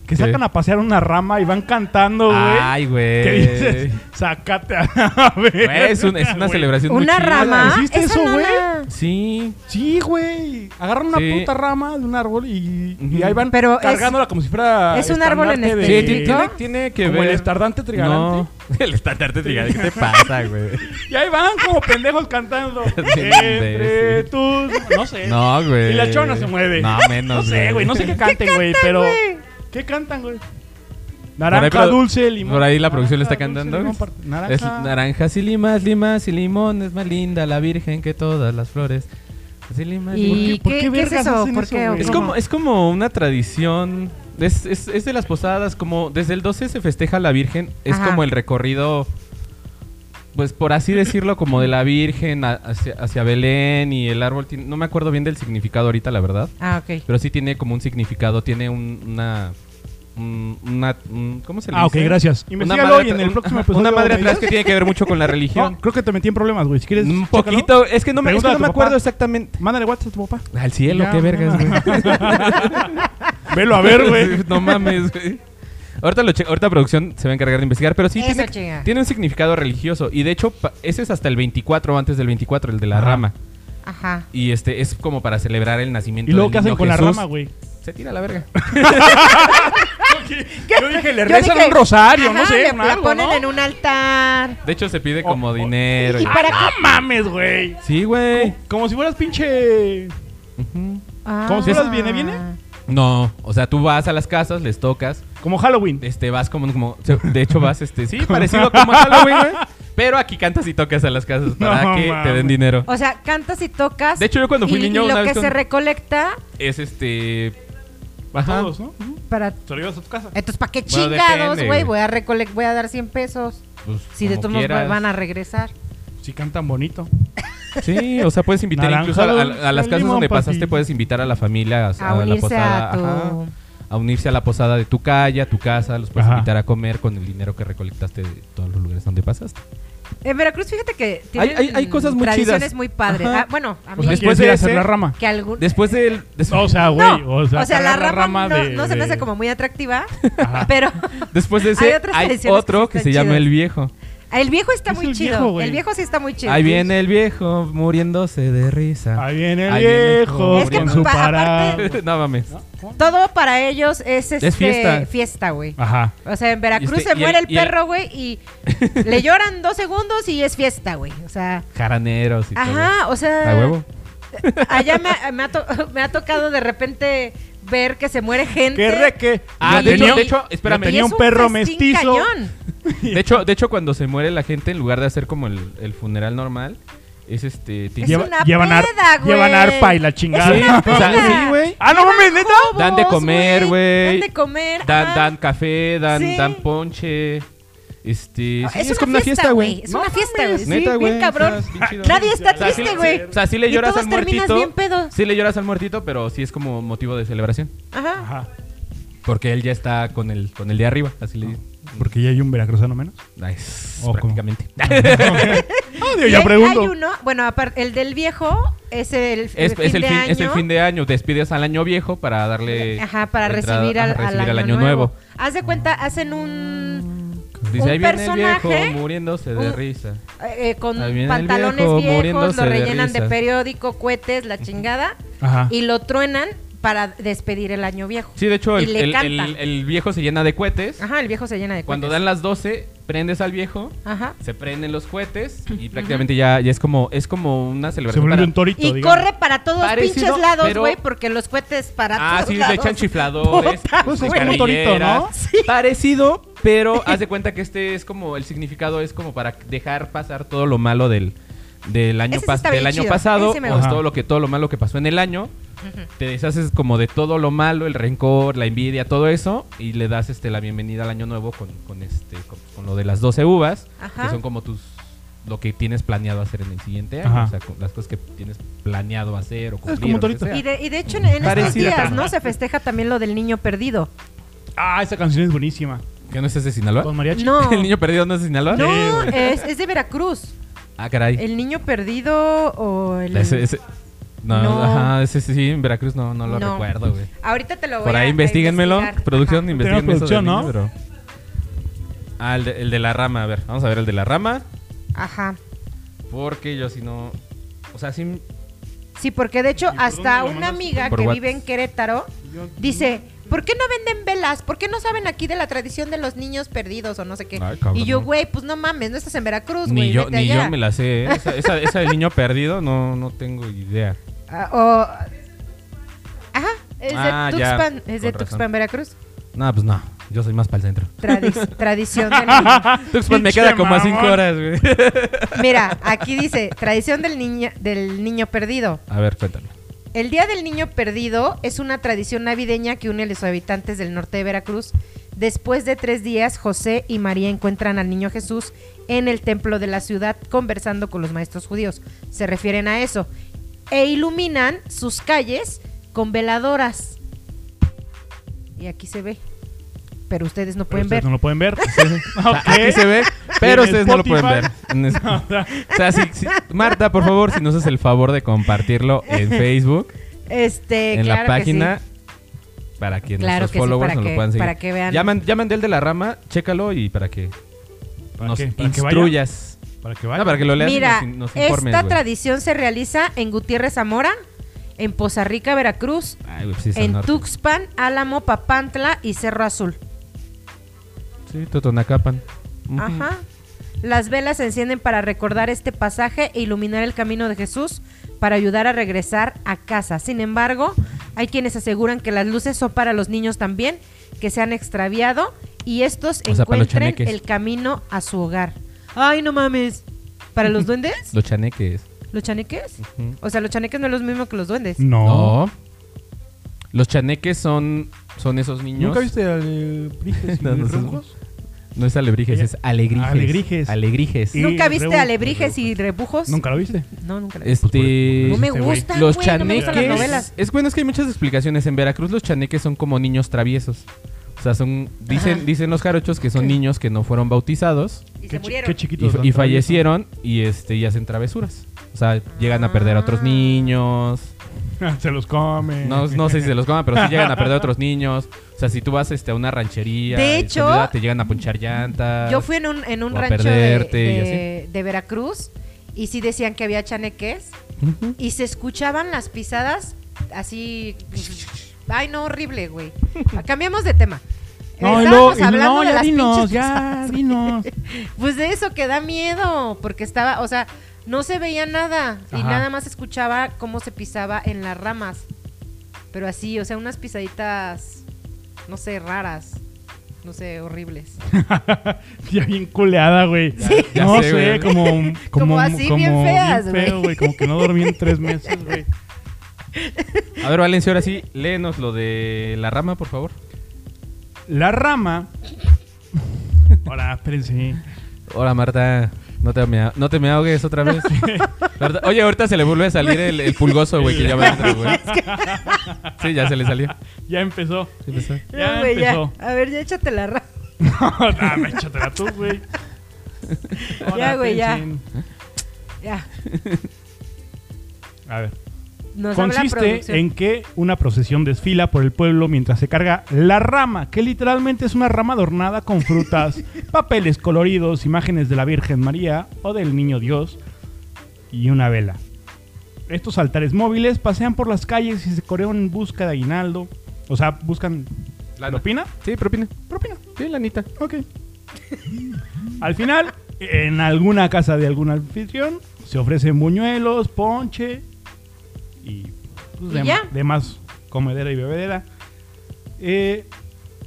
Speaker 2: que
Speaker 3: ¿Qué?
Speaker 2: sacan a pasear una rama y van cantando, güey.
Speaker 3: Ay,
Speaker 2: ¿Qué
Speaker 3: güey.
Speaker 2: dices? Sácate a ver.
Speaker 3: Güey, Es, un- es una celebración muy
Speaker 1: Una
Speaker 3: chida.
Speaker 1: rama.
Speaker 2: ¿Hiciste
Speaker 1: Esa
Speaker 2: eso,
Speaker 1: no
Speaker 2: güey?
Speaker 1: la-
Speaker 3: Sí.
Speaker 2: Sí, güey. Agarran una
Speaker 3: Sí.
Speaker 2: puta rama de un árbol y, y
Speaker 3: Ujú.
Speaker 2: ahí van
Speaker 1: Pero es-
Speaker 2: cargándola como si fuera.
Speaker 1: es un árbol en
Speaker 2: estandarte
Speaker 3: Sí,
Speaker 1: específico.
Speaker 3: ti- tiene, tiene que
Speaker 2: como
Speaker 3: ver.
Speaker 2: el estardante trigarante.
Speaker 3: No. El estandarte trigante. ¿Qué te pasa, güey?
Speaker 2: Y ahí van como pendejos cantando. Entre
Speaker 3: sí.
Speaker 2: tus. No sé.
Speaker 3: No, güey.
Speaker 2: Y la chona se mueve.
Speaker 3: No, menos.
Speaker 2: No sé, güey. No sé qué canten, güey. Pero. ¿Qué cantan, güey? Naranja
Speaker 3: Por ahí, pero-
Speaker 2: dulce, limón.
Speaker 3: por ahí la producción le está
Speaker 2: Naranja, dulce,
Speaker 3: cantando.
Speaker 2: limón, par- naranja.
Speaker 3: Es naranjas y limas, limas y limón. Es más linda la virgen que todas las flores. Así limas.
Speaker 1: Y-
Speaker 3: limas.
Speaker 1: qué- qué es
Speaker 2: vergas
Speaker 1: eso?
Speaker 2: hacen
Speaker 1: ¿Por qué?
Speaker 2: güey?
Speaker 3: Es como, es como una tradición. Es, es- es de las posadas, como desde el 12 se festeja la Virgen. Es
Speaker 1: Ajá.
Speaker 3: como el recorrido, pues por así decirlo, como de la Virgen a- hacia, hacia Belén y el árbol. tiene- no me acuerdo bien del significado ahorita, la verdad.
Speaker 1: Ah, ok.
Speaker 3: Pero sí tiene como un significado, tiene un- una... un- una un- ¿Cómo se le
Speaker 2: Ah, ok,
Speaker 3: dice?
Speaker 2: gracias.
Speaker 3: Una
Speaker 2: Investígalo
Speaker 3: madre
Speaker 2: y en
Speaker 3: atra-
Speaker 2: el
Speaker 3: un-
Speaker 2: próximo
Speaker 3: ajá,
Speaker 2: episodio.
Speaker 3: Una madre
Speaker 2: me
Speaker 3: atrás
Speaker 2: dices.
Speaker 3: que tiene que ver mucho con la religión.
Speaker 2: No, creo que te metí en problemas, güey. Si quieres.
Speaker 3: un
Speaker 2: chécalo,
Speaker 3: poquito. Es que no me, es que
Speaker 2: Pregúntale
Speaker 3: no
Speaker 2: a
Speaker 3: me
Speaker 2: tu
Speaker 3: acuerdo
Speaker 2: papá.
Speaker 3: exactamente.
Speaker 2: Mándale WhatsApp a tu papá.
Speaker 3: Al cielo,
Speaker 2: Ya,
Speaker 3: qué vergas,
Speaker 2: no,
Speaker 3: güey.
Speaker 2: Velo a ver, güey.
Speaker 3: no mames, güey. Ahorita, lo che- ahorita producción se va a encargar de investigar, pero sí
Speaker 1: Eso,
Speaker 3: tiene,
Speaker 1: chinga.
Speaker 3: tiene un significado religioso. Y de hecho, pa- ese es hasta el 24 o antes del 24, el de la
Speaker 2: Ajá.
Speaker 3: rama.
Speaker 1: Ajá.
Speaker 3: Y este es como para celebrar el nacimiento
Speaker 2: ¿Y luego
Speaker 3: del
Speaker 2: qué hacen
Speaker 3: niño
Speaker 2: con la
Speaker 3: Jesús.
Speaker 2: rama, güey?
Speaker 3: Se tira a la verga.
Speaker 2: Yo dije, le
Speaker 1: Yo
Speaker 2: rezan
Speaker 1: dije,
Speaker 2: un rosario, no
Speaker 1: ajá,
Speaker 2: sé.
Speaker 1: le-
Speaker 2: un
Speaker 1: La
Speaker 2: algo,
Speaker 1: ponen
Speaker 2: ¿no?
Speaker 1: en un altar.
Speaker 3: De hecho, se pide
Speaker 2: O-
Speaker 3: como
Speaker 2: o-
Speaker 3: dinero.
Speaker 1: ¿Y
Speaker 3: y-
Speaker 1: para
Speaker 2: ¡Ah, no mames, güey!
Speaker 3: Sí, güey.
Speaker 2: Como si fueras pinche.
Speaker 3: Ujú.
Speaker 2: ¿Cómo se
Speaker 1: Ah.
Speaker 2: llama? ¿Viene, viene?
Speaker 3: No, o sea, tú vas a las casas, les tocas,
Speaker 2: Como Halloween.
Speaker 3: este, vas como, como se- de hecho vas, este, sí, parecido como a Halloween, güey. Pero aquí cantas y tocas a las casas para
Speaker 2: No
Speaker 3: que te den
Speaker 2: mames.
Speaker 3: dinero.
Speaker 1: O sea, cantas y tocas.
Speaker 3: De hecho, yo cuando fui
Speaker 1: y,
Speaker 3: niño
Speaker 1: y
Speaker 3: una
Speaker 1: lo
Speaker 3: vez
Speaker 1: que
Speaker 3: con-
Speaker 1: se recolecta
Speaker 3: es este. Ajá.
Speaker 2: Todos, ¿no? Ujú.
Speaker 1: para.
Speaker 2: Se lo llevas a tu casa.
Speaker 1: Entonces, ¿para qué
Speaker 3: Bueno,
Speaker 1: chingados,
Speaker 3: depende,
Speaker 1: güey?
Speaker 3: güey.
Speaker 1: Voy a recole- voy a dar 100 pesos.
Speaker 3: Pues,
Speaker 1: Si de
Speaker 3: como
Speaker 1: todos modos
Speaker 3: quieras.
Speaker 1: van a regresar.
Speaker 2: Si cantan bonito.
Speaker 3: Sí, o sea, puedes invitar
Speaker 2: Naranja,
Speaker 3: incluso a, a- a las
Speaker 2: limón,
Speaker 3: casas donde
Speaker 2: papi.
Speaker 3: pasaste, puedes invitar a la familia a,
Speaker 1: A,
Speaker 3: a la
Speaker 1: unirse
Speaker 3: posada.
Speaker 1: a tu.
Speaker 3: ajá, a unirse a la posada de tu calle, a tu casa, los puedes
Speaker 2: Ajá.
Speaker 3: invitar a comer con el dinero que recolectaste de todos los lugares donde pasaste.
Speaker 1: En Veracruz, fíjate que
Speaker 3: Hay-
Speaker 1: tienen
Speaker 3: hay- hay cosas muy
Speaker 1: tradiciones
Speaker 3: chidas.
Speaker 1: muy padres.
Speaker 3: Ajá.
Speaker 1: Ah, bueno, a mí
Speaker 3: Pues
Speaker 2: Después
Speaker 3: Después
Speaker 2: de
Speaker 3: de
Speaker 2: hacer
Speaker 3: ese-
Speaker 2: la rama.
Speaker 1: que algún
Speaker 3: Después del. des-
Speaker 2: O sea, güey.
Speaker 1: no,
Speaker 2: o sea,
Speaker 1: la
Speaker 2: agarrar
Speaker 1: rama, no,
Speaker 2: de-
Speaker 1: no se me hace
Speaker 2: de-
Speaker 1: como muy atractiva, pero
Speaker 3: después de
Speaker 1: hay
Speaker 3: ese,
Speaker 1: otras
Speaker 3: hay,
Speaker 1: tradiciones
Speaker 3: otro
Speaker 1: que
Speaker 3: que
Speaker 1: están
Speaker 3: se llama
Speaker 1: chidas.
Speaker 3: El Viejo.
Speaker 1: el viejo está
Speaker 2: Es
Speaker 1: muy
Speaker 2: el
Speaker 1: chido.
Speaker 2: viejo, güey.
Speaker 1: el viejo sí está muy chido.
Speaker 3: Ahí viene el viejo muriéndose de risa.
Speaker 2: Ahí viene el
Speaker 3: Ahí viene el
Speaker 2: viejo
Speaker 1: Es que
Speaker 2: con
Speaker 1: pa-
Speaker 2: su
Speaker 1: aparte-
Speaker 2: parada.
Speaker 3: no mames.
Speaker 1: Todo para ellos es este
Speaker 3: fiesta.
Speaker 1: fiesta, güey.
Speaker 2: Ajá.
Speaker 1: O sea, en Veracruz
Speaker 3: Este,
Speaker 1: se
Speaker 3: y
Speaker 1: muere el,
Speaker 3: el- y el-
Speaker 1: perro, güey, y le lloran dos segundos y es fiesta, güey. O sea,
Speaker 3: Jaraneros y todo.
Speaker 1: ajá, o sea,
Speaker 3: A huevo.
Speaker 1: allá me, me ha to- me ha tocado de repente ver que se muere gente.
Speaker 2: ¡Qué reque!
Speaker 3: Ah,
Speaker 2: Yo
Speaker 3: de
Speaker 2: tenía-
Speaker 3: hecho, de hecho, espérame.
Speaker 1: Y
Speaker 2: tenía
Speaker 1: es
Speaker 2: un perro
Speaker 1: festín
Speaker 2: mestizo.
Speaker 1: cañón.
Speaker 3: De hecho, de hecho, cuando se muere la gente, en lugar de hacer como el, el funeral normal, es este. te-
Speaker 1: Es
Speaker 2: Lleva-
Speaker 1: una
Speaker 2: llevan, ar-
Speaker 1: peda, güey.
Speaker 2: llevan arpa y la chingada.
Speaker 3: Sí,
Speaker 1: una
Speaker 3: o sea,
Speaker 1: peda.
Speaker 3: sí, güey.
Speaker 2: ¡Ah, no mames, neta!
Speaker 1: Jobos,
Speaker 3: Dan de comer, güey.
Speaker 1: Dan de comer.
Speaker 3: Dan,
Speaker 1: ajá.
Speaker 3: dan café, dan,
Speaker 1: Sí.
Speaker 3: dan ponche. Este.
Speaker 1: Ah,
Speaker 3: sí,
Speaker 1: es, una fiesta, güey. Es
Speaker 3: No
Speaker 1: una fiesta, güey.
Speaker 3: mames,
Speaker 1: Sí,
Speaker 3: neta, güey.
Speaker 1: bien cabrón.
Speaker 3: Está bien chido.
Speaker 1: Nadie está
Speaker 3: O sea, sí
Speaker 1: triste,
Speaker 3: le-
Speaker 1: güey.
Speaker 3: O sea, sí le
Speaker 1: Y
Speaker 3: lloras
Speaker 1: todos
Speaker 3: al
Speaker 1: terminas
Speaker 3: muertito.
Speaker 1: bien pedos.
Speaker 3: Sí le lloras al muertito, pero sí es como motivo de celebración.
Speaker 1: Ajá.
Speaker 2: Ajá.
Speaker 3: Porque él ya está con el, con el de arriba. Así le
Speaker 1: Ah.
Speaker 3: dicen.
Speaker 6: Porque ya hay un veracruzano menos.
Speaker 3: Nice.
Speaker 6: Oh, ¿cómo?
Speaker 3: prácticamente.
Speaker 2: No,
Speaker 1: Y
Speaker 2: Dios, Ah, ya
Speaker 1: hay-
Speaker 2: pregunto.
Speaker 1: Hay uno, bueno, aparte, el del viejo es el,
Speaker 3: Es,
Speaker 1: fin
Speaker 3: es el
Speaker 1: de
Speaker 3: fin,
Speaker 1: año.
Speaker 3: es el fin de año. Despides al año viejo para darle.
Speaker 1: Ajá, para
Speaker 3: la entrada-
Speaker 1: recibir, al,
Speaker 3: ajá,
Speaker 1: al
Speaker 3: recibir
Speaker 1: año, nuevo. Haz de cuenta, hacen un.
Speaker 3: Dice,
Speaker 1: Un
Speaker 3: ahí viene el
Speaker 1: personaje-
Speaker 3: viejo muriéndose de
Speaker 1: un-
Speaker 3: risa.
Speaker 1: eh, eh, con
Speaker 3: Ahí viene el
Speaker 1: pantalones
Speaker 3: viejo
Speaker 1: viejos,
Speaker 3: muriéndose
Speaker 1: lo
Speaker 3: de
Speaker 1: rellenan de,
Speaker 3: risa.
Speaker 1: periódico, cohetes, la chingada.
Speaker 2: Ajá.
Speaker 1: Y lo truenan para despedir el año viejo.
Speaker 3: Ah. Sí, de hecho,
Speaker 1: Y
Speaker 3: el,
Speaker 1: le
Speaker 3: el-
Speaker 1: cantan.
Speaker 3: el- el viejo se llena de cohetes.
Speaker 1: Ajá, el viejo se llena de
Speaker 3: Cuando
Speaker 1: cohetes.
Speaker 3: dan las 12, prendes al viejo,
Speaker 1: Ajá.
Speaker 3: se prenden los cohetes y prácticamente ya, ya es como es como una
Speaker 6: Se
Speaker 3: celebración.
Speaker 6: vuelve
Speaker 3: para-
Speaker 6: un torito.
Speaker 1: Y
Speaker 6: digamos.
Speaker 1: corre para todos
Speaker 3: Parecido,
Speaker 1: pinches lados,
Speaker 3: pero-
Speaker 1: güey, porque los cohetes para
Speaker 3: Ah,
Speaker 1: todos
Speaker 3: sí,
Speaker 1: lados.
Speaker 3: le echan chifladores.
Speaker 1: Puta,
Speaker 3: pues,
Speaker 1: güey.
Speaker 2: es como un torito,
Speaker 3: carrilleras.
Speaker 2: ¿no?
Speaker 3: Parecido, pero haz de cuenta que este es como el significado es como para dejar pasar todo lo malo del del año,
Speaker 1: Ese sí
Speaker 3: pas-
Speaker 1: está
Speaker 3: del
Speaker 1: bien
Speaker 3: año
Speaker 1: chido,
Speaker 3: pasado,
Speaker 1: ese me
Speaker 3: o
Speaker 1: gusta.
Speaker 3: todo lo que todo lo malo que pasó en el año. Te deshaces como de todo lo malo, el rencor, la envidia, todo eso y le das este la bienvenida al año nuevo con, con este con, con lo de las 12 uvas,
Speaker 1: Ajá.
Speaker 3: que son como tus lo que tienes planeado hacer en el siguiente año,
Speaker 6: Ajá.
Speaker 3: o sea, con las cosas que tienes planeado hacer o
Speaker 6: como
Speaker 3: cumplir.
Speaker 6: un
Speaker 3: o lo que
Speaker 6: torito.
Speaker 3: sea.
Speaker 1: Y de, y de hecho, en, en estos
Speaker 3: Parecido,
Speaker 1: días,
Speaker 3: pero no.
Speaker 1: ¿no? Se festeja también lo del niño perdido.
Speaker 2: Ah, esa canción es buenísima.
Speaker 3: ¿Que no es ese de Sinaloa?
Speaker 2: Con mariachi.
Speaker 1: No,
Speaker 3: ¿El niño perdido no es de Sinaloa?
Speaker 1: no,
Speaker 2: Sí,
Speaker 1: es, es de Veracruz.
Speaker 3: Ah, caray.
Speaker 1: El niño perdido o el...
Speaker 3: Ese- ese- No,
Speaker 1: No.
Speaker 3: ajá, ese sí, en Veracruz no, no lo
Speaker 1: No.
Speaker 3: recuerdo, güey.
Speaker 1: Ahorita te lo voy
Speaker 3: Por
Speaker 1: a
Speaker 3: ahí
Speaker 1: a
Speaker 3: investiguenmelo.
Speaker 1: investigar.
Speaker 3: Producción,
Speaker 1: Ajá.
Speaker 3: investíguenme
Speaker 6: Tenemos
Speaker 3: eso del
Speaker 6: producción,
Speaker 3: niño,
Speaker 6: ¿no?
Speaker 3: pero- Ah, el de, el de la rama, a ver. Vamos a ver el de la rama.
Speaker 1: Ajá.
Speaker 3: Porque yo si no... O sea, sí...
Speaker 1: Sí, porque de hecho
Speaker 2: por dónde
Speaker 1: hasta
Speaker 2: lo
Speaker 1: una
Speaker 2: mandas?
Speaker 1: amiga
Speaker 3: Por
Speaker 1: que
Speaker 3: WhatsApp.
Speaker 1: vive en Querétaro dice, ¿por qué no venden velas? ¿Por qué no saben aquí de la tradición de los niños perdidos o no sé qué?
Speaker 3: Ay, cabrón.
Speaker 1: y yo, güey, pues no mames, no estás en Veracruz,
Speaker 3: ni
Speaker 1: güey.
Speaker 3: yo,
Speaker 1: vete
Speaker 3: ni
Speaker 1: allá".
Speaker 3: yo me la sé. ¿eh? Esa, esa- esa del niño perdido no, no tengo idea.
Speaker 1: Ah, o... Ajá, es
Speaker 3: Ah,
Speaker 1: de
Speaker 3: ya,
Speaker 1: Tuxpan, es de
Speaker 3: con razón.
Speaker 1: Tuxpan, Veracruz.
Speaker 3: No, pues no. Yo soy más para el centro.
Speaker 1: Tradic- tradición del niño.
Speaker 3: Tuxpan me
Speaker 2: Pinche
Speaker 3: queda como a cinco
Speaker 2: mamón.
Speaker 3: horas, güey.
Speaker 1: Mira, aquí dice, tradición del niño, del niño perdido.
Speaker 3: A ver, cuéntame.
Speaker 1: El Día del Niño Perdido es una tradición navideña que une a los habitantes del norte de Veracruz. Después de tres días, José y María encuentran al niño Jesús en el templo de la ciudad conversando con los maestros judíos. Se refieren a eso. E iluminan sus calles con veladoras. Y aquí se ve. Pero ustedes no
Speaker 2: Pero
Speaker 1: pueden
Speaker 2: ustedes
Speaker 1: ver.
Speaker 2: No lo pueden ver. Ah,
Speaker 3: O sea, Aquí se ve, pero
Speaker 2: En
Speaker 3: ustedes no lo
Speaker 2: Spotify.
Speaker 3: pueden ver. En es- o sea, si- si- Marta, por favor, si nos haces el favor de compartirlo en Facebook,
Speaker 1: Este,
Speaker 3: en
Speaker 1: claro
Speaker 3: la
Speaker 1: que
Speaker 3: página,
Speaker 1: sí.
Speaker 3: para que
Speaker 1: Claro
Speaker 3: nuestros
Speaker 1: que sí,
Speaker 3: followers
Speaker 1: para
Speaker 3: nos
Speaker 1: que-
Speaker 3: lo puedan seguir.
Speaker 1: para que vean.
Speaker 3: Ya, man- ya mandé el de la rama, chécalo y para que
Speaker 6: ¿Para
Speaker 3: nos
Speaker 6: qué? ¿Para que vaya?
Speaker 3: instruyas.
Speaker 6: Para que
Speaker 3: No, para que lo leas
Speaker 1: Mira,
Speaker 3: y nos, nos informes.
Speaker 1: esta
Speaker 3: güey.
Speaker 1: tradición se realiza en Gutiérrez Zamora, en Poza Rica, Veracruz,
Speaker 3: Ay, güey, pues sí,
Speaker 1: en
Speaker 3: Sonora.
Speaker 1: Tuxpan, Álamo, Papantla y Cerro Azul.
Speaker 3: Sí, Totonacapan. Ujú.
Speaker 1: Ajá. Las velas se encienden para recordar este pasaje e iluminar el camino de Jesús para ayudar a regresar a casa. Sin embargo, hay quienes aseguran que las luces son para los niños también que se han extraviado y estos
Speaker 3: O sea, para los
Speaker 1: encuentren
Speaker 3: chaneques.
Speaker 1: el camino a su hogar. Ay, no mames. ¿Para los duendes?
Speaker 3: Los chaneques.
Speaker 1: ¿Los chaneques?
Speaker 3: Ujú. Mm.
Speaker 1: O sea, los chaneques no es lo mismo que los duendes.
Speaker 6: No.
Speaker 3: No. Los chaneques son, son esos niños.
Speaker 6: ¿Nunca viste al Briges y
Speaker 3: No, no,
Speaker 6: los
Speaker 3: no.
Speaker 6: Rojos?
Speaker 3: No es
Speaker 1: Eh,
Speaker 3: alebrijes, es alegrijes.
Speaker 6: Alegrijes.
Speaker 3: Alegrijes.
Speaker 6: Y
Speaker 1: ¿Nunca viste
Speaker 6: rebu-
Speaker 1: alebrijes y rebujos?
Speaker 6: ¿Nunca lo viste?
Speaker 1: No, nunca. lo vi.
Speaker 3: Este.
Speaker 1: No me
Speaker 6: Este, güey.
Speaker 1: gustan,
Speaker 3: Los
Speaker 1: güey, no me
Speaker 3: chaneques.
Speaker 1: gustan las novelas.
Speaker 3: Es bueno, es que hay muchas explicaciones. En Veracruz los chaneques son como niños traviesos. O sea, son. Dicen, dicen los jarochos que son niños que no fueron bautizados
Speaker 1: Y
Speaker 6: Qué
Speaker 1: se
Speaker 6: chi-
Speaker 1: murieron.
Speaker 6: Qué
Speaker 3: y,
Speaker 6: chiquitos.
Speaker 3: fa-
Speaker 6: tan
Speaker 3: y
Speaker 6: traviesos.
Speaker 3: fallecieron y este y hacen travesuras. O sea, llegan a perder a
Speaker 1: Ah.
Speaker 3: otros niños.
Speaker 6: se los comen.
Speaker 3: No, no sé si se los coman, pero sí llegan a perder a otros niños. O sea, si tú vas este, a una ranchería,
Speaker 1: De
Speaker 3: y
Speaker 1: hecho,
Speaker 3: olvida, te llegan a punchar llantas.
Speaker 1: Yo fui en un, en un
Speaker 3: O a
Speaker 1: rancho de-
Speaker 3: perderte y
Speaker 1: de, de Veracruz y sí decían que había chaneques
Speaker 3: Ujú.
Speaker 1: y se escuchaban las pisadas así... Ay, no, horrible, güey. Ah, Cambiamos de tema.
Speaker 6: No, y luego-
Speaker 1: Estábamos
Speaker 6: y
Speaker 1: hablando
Speaker 6: no,
Speaker 1: de
Speaker 6: ya
Speaker 1: las
Speaker 6: dinos,
Speaker 1: pinches
Speaker 6: ya dinos.
Speaker 1: pisadas. Pues de eso que da miedo, porque estaba, o sea, no se veía nada y
Speaker 6: Ajá.
Speaker 1: nada más escuchaba cómo se pisaba en las ramas. Pero así, o sea, unas pisaditas, no sé, raras, no sé, horribles.
Speaker 6: Ya bien culeada, güey.
Speaker 3: ya
Speaker 6: no
Speaker 3: sé,
Speaker 6: sé,
Speaker 3: güey.
Speaker 6: como, como,
Speaker 1: Como así, bien
Speaker 6: como
Speaker 1: feas,
Speaker 6: bien
Speaker 1: güey.
Speaker 6: feo, güey. Como que no dormí en tres meses, güey.
Speaker 3: A ver, Valencia, ahora sí, léenos lo de la rama, por favor.
Speaker 2: La rama. Ahora, espérense.
Speaker 3: Hola Marta, no te, me, no te me ahogues otra vez. Ahorita- Oye, ahorita se le vuelve a salir el, el pulgoso, güey, que ya va adentro, güey. Sí, ya se le salió.
Speaker 2: Ya empezó.
Speaker 3: Sí, pues, sí.
Speaker 2: Ya
Speaker 1: No, güey, ya.
Speaker 2: empezó.
Speaker 1: A ver, ya échate la rama.
Speaker 2: No, dame, échatela tú, güey. Ahora,
Speaker 1: Ya, güey, ya.
Speaker 2: espérense.
Speaker 1: Ya.
Speaker 2: A ver.
Speaker 1: Nos habla producción.
Speaker 2: Consiste en que una procesión desfila por el pueblo mientras se carga la rama, que literalmente es una rama adornada con frutas, papeles coloridos, imágenes de la Virgen María o del Niño Dios y una vela. Estos altares móviles pasean por las calles y se corean en busca de aguinaldo. O sea, buscan...
Speaker 3: Lana.
Speaker 2: ¿Propina?
Speaker 3: Sí, propina.
Speaker 2: Propina.
Speaker 3: Sí, lanita.
Speaker 2: Ok. Al final, en alguna casa de algún anfitrión, se ofrecen buñuelos, ponche y pues,
Speaker 1: ¿Y
Speaker 2: dem-
Speaker 1: ya?
Speaker 2: demás comedera y bebedera. Eh,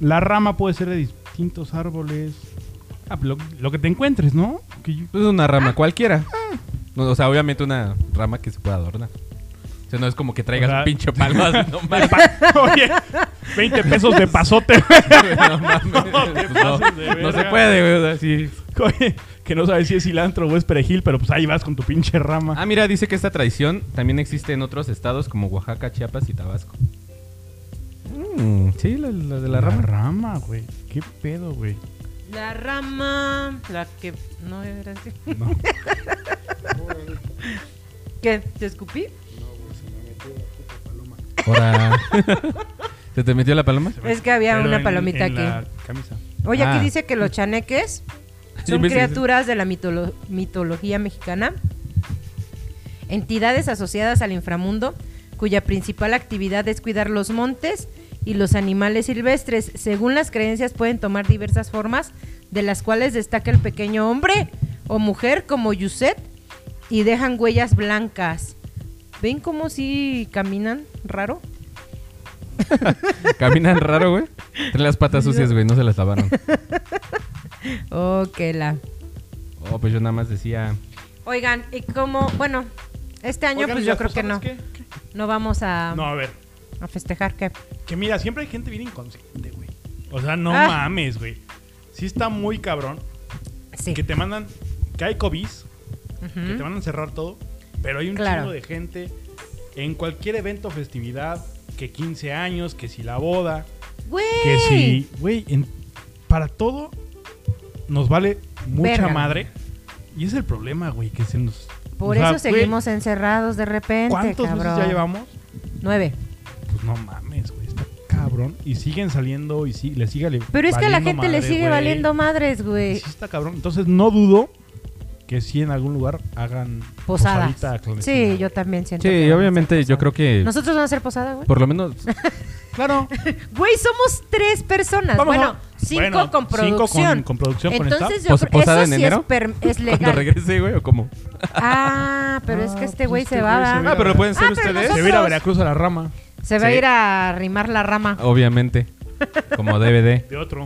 Speaker 2: la rama puede ser de distintos árboles. Ah, pues, lo, lo que te encuentres, ¿no? Que yo-
Speaker 3: Pues una
Speaker 1: Ah.
Speaker 3: rama cualquiera.
Speaker 5: No, o sea, obviamente una rama que se pueda adornar. O sea, no es como que traigas
Speaker 2: O sea-
Speaker 5: un pinche palma. así, no mames.
Speaker 2: Pa- Oye, 20 pesos de pasote.
Speaker 5: No mames. Pues no,
Speaker 2: pases de
Speaker 5: no se
Speaker 2: verga.
Speaker 5: puede, güey. o sea, sí.
Speaker 2: Oye, que no sabes si es cilantro o es perejil, pero pues ahí vas con tu pinche rama.
Speaker 3: Ah, mira, dice que esta tradición también existe en otros estados como Oaxaca, Chiapas y Tabasco. Mm, sí, la, la de la rama.
Speaker 2: rama, güey. ¿Qué pedo, güey?
Speaker 1: La rama. La que. No, era así.
Speaker 2: No.
Speaker 1: ¿Qué? ¿Te escupí?
Speaker 3: Ahora,
Speaker 5: ¿Se te metió la paloma?
Speaker 1: Es que había
Speaker 2: Pero
Speaker 1: una
Speaker 2: en-
Speaker 1: palomita
Speaker 2: en
Speaker 1: aquí.
Speaker 2: la camisa.
Speaker 1: Oye, aquí
Speaker 3: Ah.
Speaker 1: dice que los chaneques son
Speaker 5: ves, sí, sí.
Speaker 1: criaturas de la mitolo- mitología mexicana, entidades asociadas al inframundo, cuya principal actividad es cuidar los montes y los animales silvestres. Según las creencias pueden tomar diversas formas, de las cuales destaca el pequeño hombre o mujer como Yuset y dejan huellas blancas. ¿Ven cómo si caminan raro?
Speaker 3: caminan raro, güey. Traen las patas sucias, güey, no se las lavaron.
Speaker 1: Oh, que la...
Speaker 3: Oh, pues yo nada más decía...
Speaker 1: Oigan, y como, bueno, este año
Speaker 2: Oigan,
Speaker 1: pues
Speaker 2: ¿y
Speaker 1: yo
Speaker 2: las
Speaker 1: creo que no. Ah.
Speaker 2: posadas qué?
Speaker 1: No vamos a,
Speaker 2: No, a ver.
Speaker 1: a festejar que
Speaker 2: Que mira, siempre hay gente bien inconsciente, güey. O sea, no
Speaker 1: Ah.
Speaker 2: mames, güey. Sí está muy cabrón.
Speaker 1: sí.
Speaker 2: Que te mandan. Que hay COVID,
Speaker 1: Ujú.
Speaker 2: que te mandan cerrar todo. Pero hay un
Speaker 1: Claro.
Speaker 2: chingo de gente en cualquier evento, festividad. Que 15 años, que si la boda.
Speaker 1: Güey.
Speaker 2: Que si. Güey, en- para todo nos vale mucha
Speaker 1: Verga.
Speaker 2: madre. Y es el problema, güey, que se nos.
Speaker 1: Por
Speaker 2: o sea,
Speaker 1: eso
Speaker 2: güey,
Speaker 1: seguimos encerrados de repente,
Speaker 2: ¿Cuántos
Speaker 1: cabrón.
Speaker 2: meses ya llevamos?
Speaker 1: Nueve.
Speaker 2: Pues no mames, güey, está cabrón. Y siguen saliendo y sí, le sigue ale-
Speaker 1: Pero es que a la
Speaker 2: valiendo
Speaker 1: gente le
Speaker 2: madre,
Speaker 1: sigue
Speaker 2: güey.
Speaker 1: valiendo madres,
Speaker 2: Y
Speaker 1: güey.
Speaker 2: Sí está cabrón. Entonces no dudo que sí en algún lugar hagan
Speaker 1: Posadas.
Speaker 2: posadita clandestina,
Speaker 1: Sí,
Speaker 2: güey.
Speaker 1: yo también siento. que
Speaker 3: Sí,
Speaker 1: vamos a
Speaker 3: obviamente
Speaker 1: hacer
Speaker 3: yo creo
Speaker 1: posadas.
Speaker 3: que...
Speaker 1: Nosotros vamos a hacer posada, güey.
Speaker 3: Por lo menos...
Speaker 2: Claro.
Speaker 1: Güey, somos tres personas.
Speaker 2: Vamos,
Speaker 1: bueno,
Speaker 2: vamos.
Speaker 1: cinco
Speaker 2: Bueno,
Speaker 1: con
Speaker 2: cinco
Speaker 1: producción.
Speaker 2: con- con producción, con
Speaker 1: Entonces
Speaker 2: staff.
Speaker 1: yo
Speaker 3: ¿Pos-
Speaker 1: creo
Speaker 3: posada
Speaker 1: eso
Speaker 3: en
Speaker 1: sí
Speaker 3: enero?
Speaker 1: Es, per- es
Speaker 5: Cuando
Speaker 1: legal.
Speaker 5: regrese, güey, o cómo.
Speaker 1: Ah, pero es que este güey se va a dar.
Speaker 2: Ah, pero lo pueden
Speaker 1: hacer Ah, pero ustedes.
Speaker 2: Se va a ir a Veracruz a la rama
Speaker 1: Se va a
Speaker 3: Sí.
Speaker 1: ir a arrimar la rama.
Speaker 3: Obviamente. Como DVD.
Speaker 2: de otro.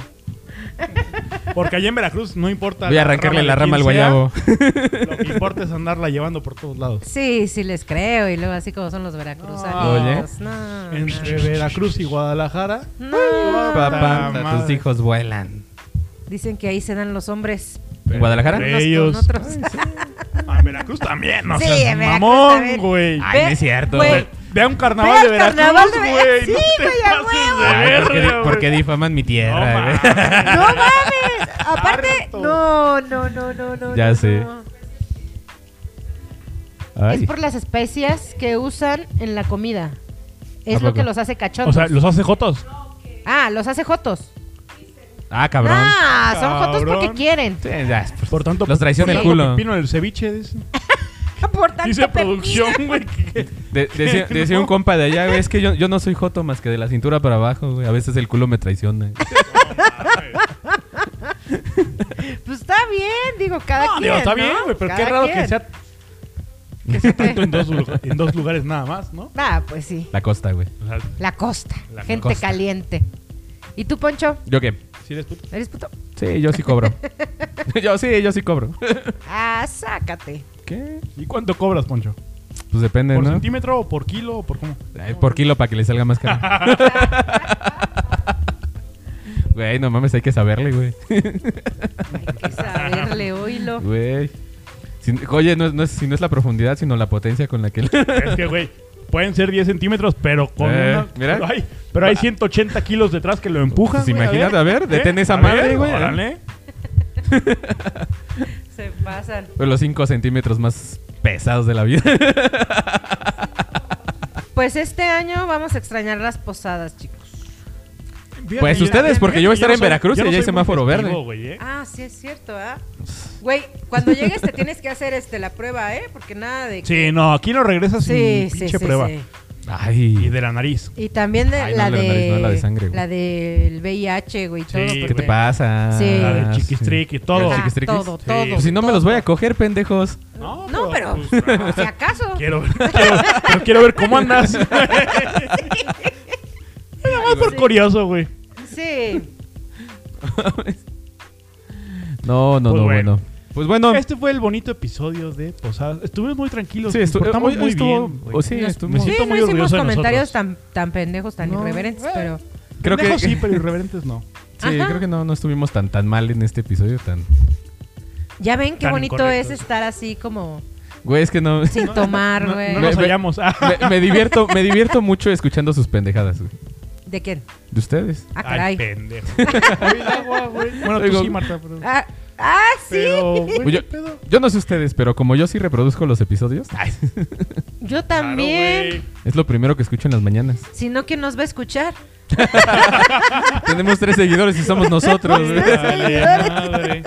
Speaker 2: Porque allá en Veracruz no importa.
Speaker 3: Voy a arrancarle la
Speaker 2: de
Speaker 3: rama al
Speaker 2: quien sea,
Speaker 3: guayabo.
Speaker 2: Lo que importa es andarla llevando por todos lados.
Speaker 1: Sí, sí les creo. Y luego así como son los veracruzanos. No, Ah, no,
Speaker 2: Entre Veracruz y Guadalajara.
Speaker 1: no.
Speaker 3: Papá,
Speaker 2: Puta
Speaker 3: tus
Speaker 2: madre.
Speaker 3: hijos vuelan.
Speaker 1: Dicen que ahí se dan los hombres.
Speaker 3: ¿En Guadalajara?
Speaker 1: unos con
Speaker 2: Ellos.
Speaker 1: otros.
Speaker 2: A Ah, Veracruz también, no
Speaker 1: Sí,
Speaker 2: seas
Speaker 1: en Veracruz
Speaker 2: mamón,
Speaker 1: también.
Speaker 2: güey.
Speaker 3: Ay, no
Speaker 1: Ve-
Speaker 3: es cierto.
Speaker 1: güey,
Speaker 3: güey.
Speaker 2: Ve a un carnaval
Speaker 1: Ve
Speaker 2: de
Speaker 1: al carnaval
Speaker 2: Veracruz,
Speaker 1: de
Speaker 2: güey.
Speaker 1: Veracruz.
Speaker 2: No
Speaker 1: Sí,
Speaker 2: te
Speaker 1: güey, a
Speaker 2: pases de
Speaker 3: Ay, ¿por, qué,
Speaker 2: verga,
Speaker 3: por qué
Speaker 2: güey.
Speaker 3: difaman mi
Speaker 2: No
Speaker 3: tierra, güey?
Speaker 2: mames.
Speaker 1: ¡No mames! Aparte,
Speaker 2: Harto.
Speaker 1: no, no, no, no, no.
Speaker 3: Ya
Speaker 1: no,
Speaker 3: sé.
Speaker 1: no.
Speaker 3: Ay.
Speaker 1: Es por las especias que usan en la comida.
Speaker 3: ¿A
Speaker 1: Es lo
Speaker 3: poco?
Speaker 1: que los hace
Speaker 2: O
Speaker 1: cachondos.
Speaker 2: sea, los hace jotos.
Speaker 1: ah, los hace jotos.
Speaker 3: Ah, cabrón.
Speaker 1: Ah, son jotos
Speaker 2: Cabrón.
Speaker 1: porque quieren.
Speaker 3: Sí, ya, pues,
Speaker 2: Por tanto,
Speaker 3: Los traiciona
Speaker 2: por
Speaker 3: el
Speaker 2: tanto
Speaker 3: culo.
Speaker 2: Pepino en el ceviche, dice.
Speaker 1: Por tanto,
Speaker 2: Dice
Speaker 1: pepino.
Speaker 2: producción, güey. que-
Speaker 3: de- decía,
Speaker 2: ¿Qué?
Speaker 3: decía
Speaker 2: No.
Speaker 3: un compa de allá, güey, es que yo, yo no soy joto más que de la cintura para abajo, güey. A veces el culo me traiciona.
Speaker 1: Pues está bien, digo, cada
Speaker 2: No,
Speaker 1: quien.
Speaker 2: digo, está
Speaker 1: ¿no?
Speaker 2: bien, güey, pero qué
Speaker 1: Cada
Speaker 2: raro que
Speaker 1: quien.
Speaker 2: sea
Speaker 1: Que se te-
Speaker 2: tanto en dos, lu- en dos lugares nada más, ¿no?
Speaker 1: Ah, pues sí.
Speaker 3: La costa, güey.
Speaker 2: O sea,
Speaker 1: La costa.
Speaker 2: La
Speaker 1: gente
Speaker 3: costa.
Speaker 1: caliente. ¿Y tú, Poncho?
Speaker 3: ¿Yo qué?
Speaker 2: si eres puto.
Speaker 1: ¿Eres puto?
Speaker 3: Sí, yo sí cobro. yo sí, yo sí cobro.
Speaker 1: Ah, sácate.
Speaker 3: ¿Qué?
Speaker 2: ¿Y cuánto cobras, Poncho?
Speaker 3: Pues depende,
Speaker 2: ¿Por
Speaker 3: ¿no?
Speaker 2: centímetro o por kilo o por cómo?
Speaker 3: Ay, por kilo para que le salga más caro. Güey, no mames, hay que saberle, güey.
Speaker 1: Hay que saberle, oílo.
Speaker 3: Güey. Si- oye, no, es- no es, si no es la profundidad, sino la potencia con la que...
Speaker 2: Es que, güey, pueden ser 10 centímetros, pero con
Speaker 3: Eh,
Speaker 2: una-
Speaker 3: mira.
Speaker 2: Pero hay, pero hay 180 kilos detrás que lo empujan.
Speaker 3: Pues
Speaker 2: güey,
Speaker 3: imagínate, a ver, detén
Speaker 2: ¿Eh?
Speaker 3: esa
Speaker 2: A
Speaker 3: madre,
Speaker 2: ver,
Speaker 3: güey.
Speaker 2: órale.
Speaker 1: Se pasan.
Speaker 3: Pero Pues los 5 centímetros más pesados de la vida.
Speaker 1: Pues este año vamos a extrañar las posadas, chicos.
Speaker 2: Fíjate,
Speaker 3: Pues
Speaker 2: yo-
Speaker 3: ustedes, porque yo voy a estar
Speaker 2: no
Speaker 3: en
Speaker 2: soy-
Speaker 3: Veracruz
Speaker 2: yo
Speaker 3: y
Speaker 2: no
Speaker 3: allá hay
Speaker 2: soy muy
Speaker 3: semáforo
Speaker 2: festivo,
Speaker 3: verde.
Speaker 2: güey, ¿eh?
Speaker 1: Ah, sí es cierto, ¿ah? Güey, cuando llegues te tienes que hacer este la prueba, ¿eh? Porque nada de...
Speaker 2: Sí, no, aquí no regresas sin pinche prueba.
Speaker 1: sí.
Speaker 3: Ay.
Speaker 2: y de la nariz.
Speaker 1: Y también de,
Speaker 3: Ay, no,
Speaker 1: la,
Speaker 3: la
Speaker 1: de,
Speaker 3: de nariz, no, la de sangre, güey.
Speaker 1: La del VIH, güey. todo,
Speaker 2: ¿qué
Speaker 3: ¿Qué
Speaker 1: porque-
Speaker 3: te pasa?
Speaker 1: Sí.
Speaker 2: La del
Speaker 3: Ah, sí.
Speaker 2: chiquistric y todo.
Speaker 1: Ajá,
Speaker 3: chiquistriquis?
Speaker 1: todo,
Speaker 2: Sí.
Speaker 1: todo.
Speaker 2: Pues
Speaker 3: Pues si no me
Speaker 1: todo.
Speaker 3: los voy a coger, pendejos.
Speaker 1: No, pero
Speaker 2: pues, ah,
Speaker 1: si acaso.
Speaker 2: quiero, ver- quiero, pero quiero ver cómo andas. Nada más por curioso, güey.
Speaker 1: Sí.
Speaker 3: No, no,
Speaker 2: Pues
Speaker 3: no,
Speaker 2: bueno.
Speaker 3: bueno. Pues bueno.
Speaker 2: Este fue el bonito episodio de Posadas. Estuvimos muy tranquilos.
Speaker 3: Sí,
Speaker 2: nos
Speaker 3: estu-
Speaker 2: portamos
Speaker 3: hoy
Speaker 2: muy
Speaker 3: estuvo-
Speaker 2: bien.
Speaker 3: o
Speaker 2: güey.
Speaker 3: sí,
Speaker 2: Nos-
Speaker 3: estuvo-
Speaker 2: me
Speaker 3: Sí,
Speaker 1: Sí,
Speaker 2: siento
Speaker 1: no
Speaker 2: muy orgulloso
Speaker 1: hicimos
Speaker 2: de
Speaker 1: comentarios tan,
Speaker 2: nosotros.
Speaker 1: tan pendejos, tan
Speaker 3: Eh.
Speaker 1: irreverentes, pero.
Speaker 3: creo que,
Speaker 2: Pendejos sí, pero irreverentes no.
Speaker 3: sí,
Speaker 1: Ajá.
Speaker 3: creo que no, no estuvimos tan tan mal en este episodio. tan
Speaker 1: Ya ven qué
Speaker 2: Tan
Speaker 1: bonito
Speaker 2: incorrectos.
Speaker 1: es estar así como
Speaker 3: Güey, es que no.
Speaker 1: sin tomar,
Speaker 2: No,
Speaker 1: güey.
Speaker 2: no nos
Speaker 3: Ve- ve-
Speaker 2: hallamos. Ah,
Speaker 3: Me, me divierto, me divierto mucho escuchando sus pendejadas, güey.
Speaker 1: ¿De quién?
Speaker 3: De ustedes.
Speaker 1: Ah, caray.
Speaker 2: Ay, pendejo. Ay, el agua, güey. Bueno, tú
Speaker 3: Digo-
Speaker 2: sí, Marta, pero...
Speaker 1: Ah, ah, sí.
Speaker 2: Pero, güey,
Speaker 3: Oye,
Speaker 2: ¿qué pedo?
Speaker 3: Yo no sé ustedes, pero como yo sí reproduzco los episodios, ay,
Speaker 1: Yo también.
Speaker 2: Claro,
Speaker 3: es lo primero que escucho en las mañanas.
Speaker 1: si no, ¿quién nos va a escuchar?
Speaker 3: Tenemos tres seguidores y somos nosotros,
Speaker 2: güey.
Speaker 3: güey.
Speaker 2: Dale, Pues, madre.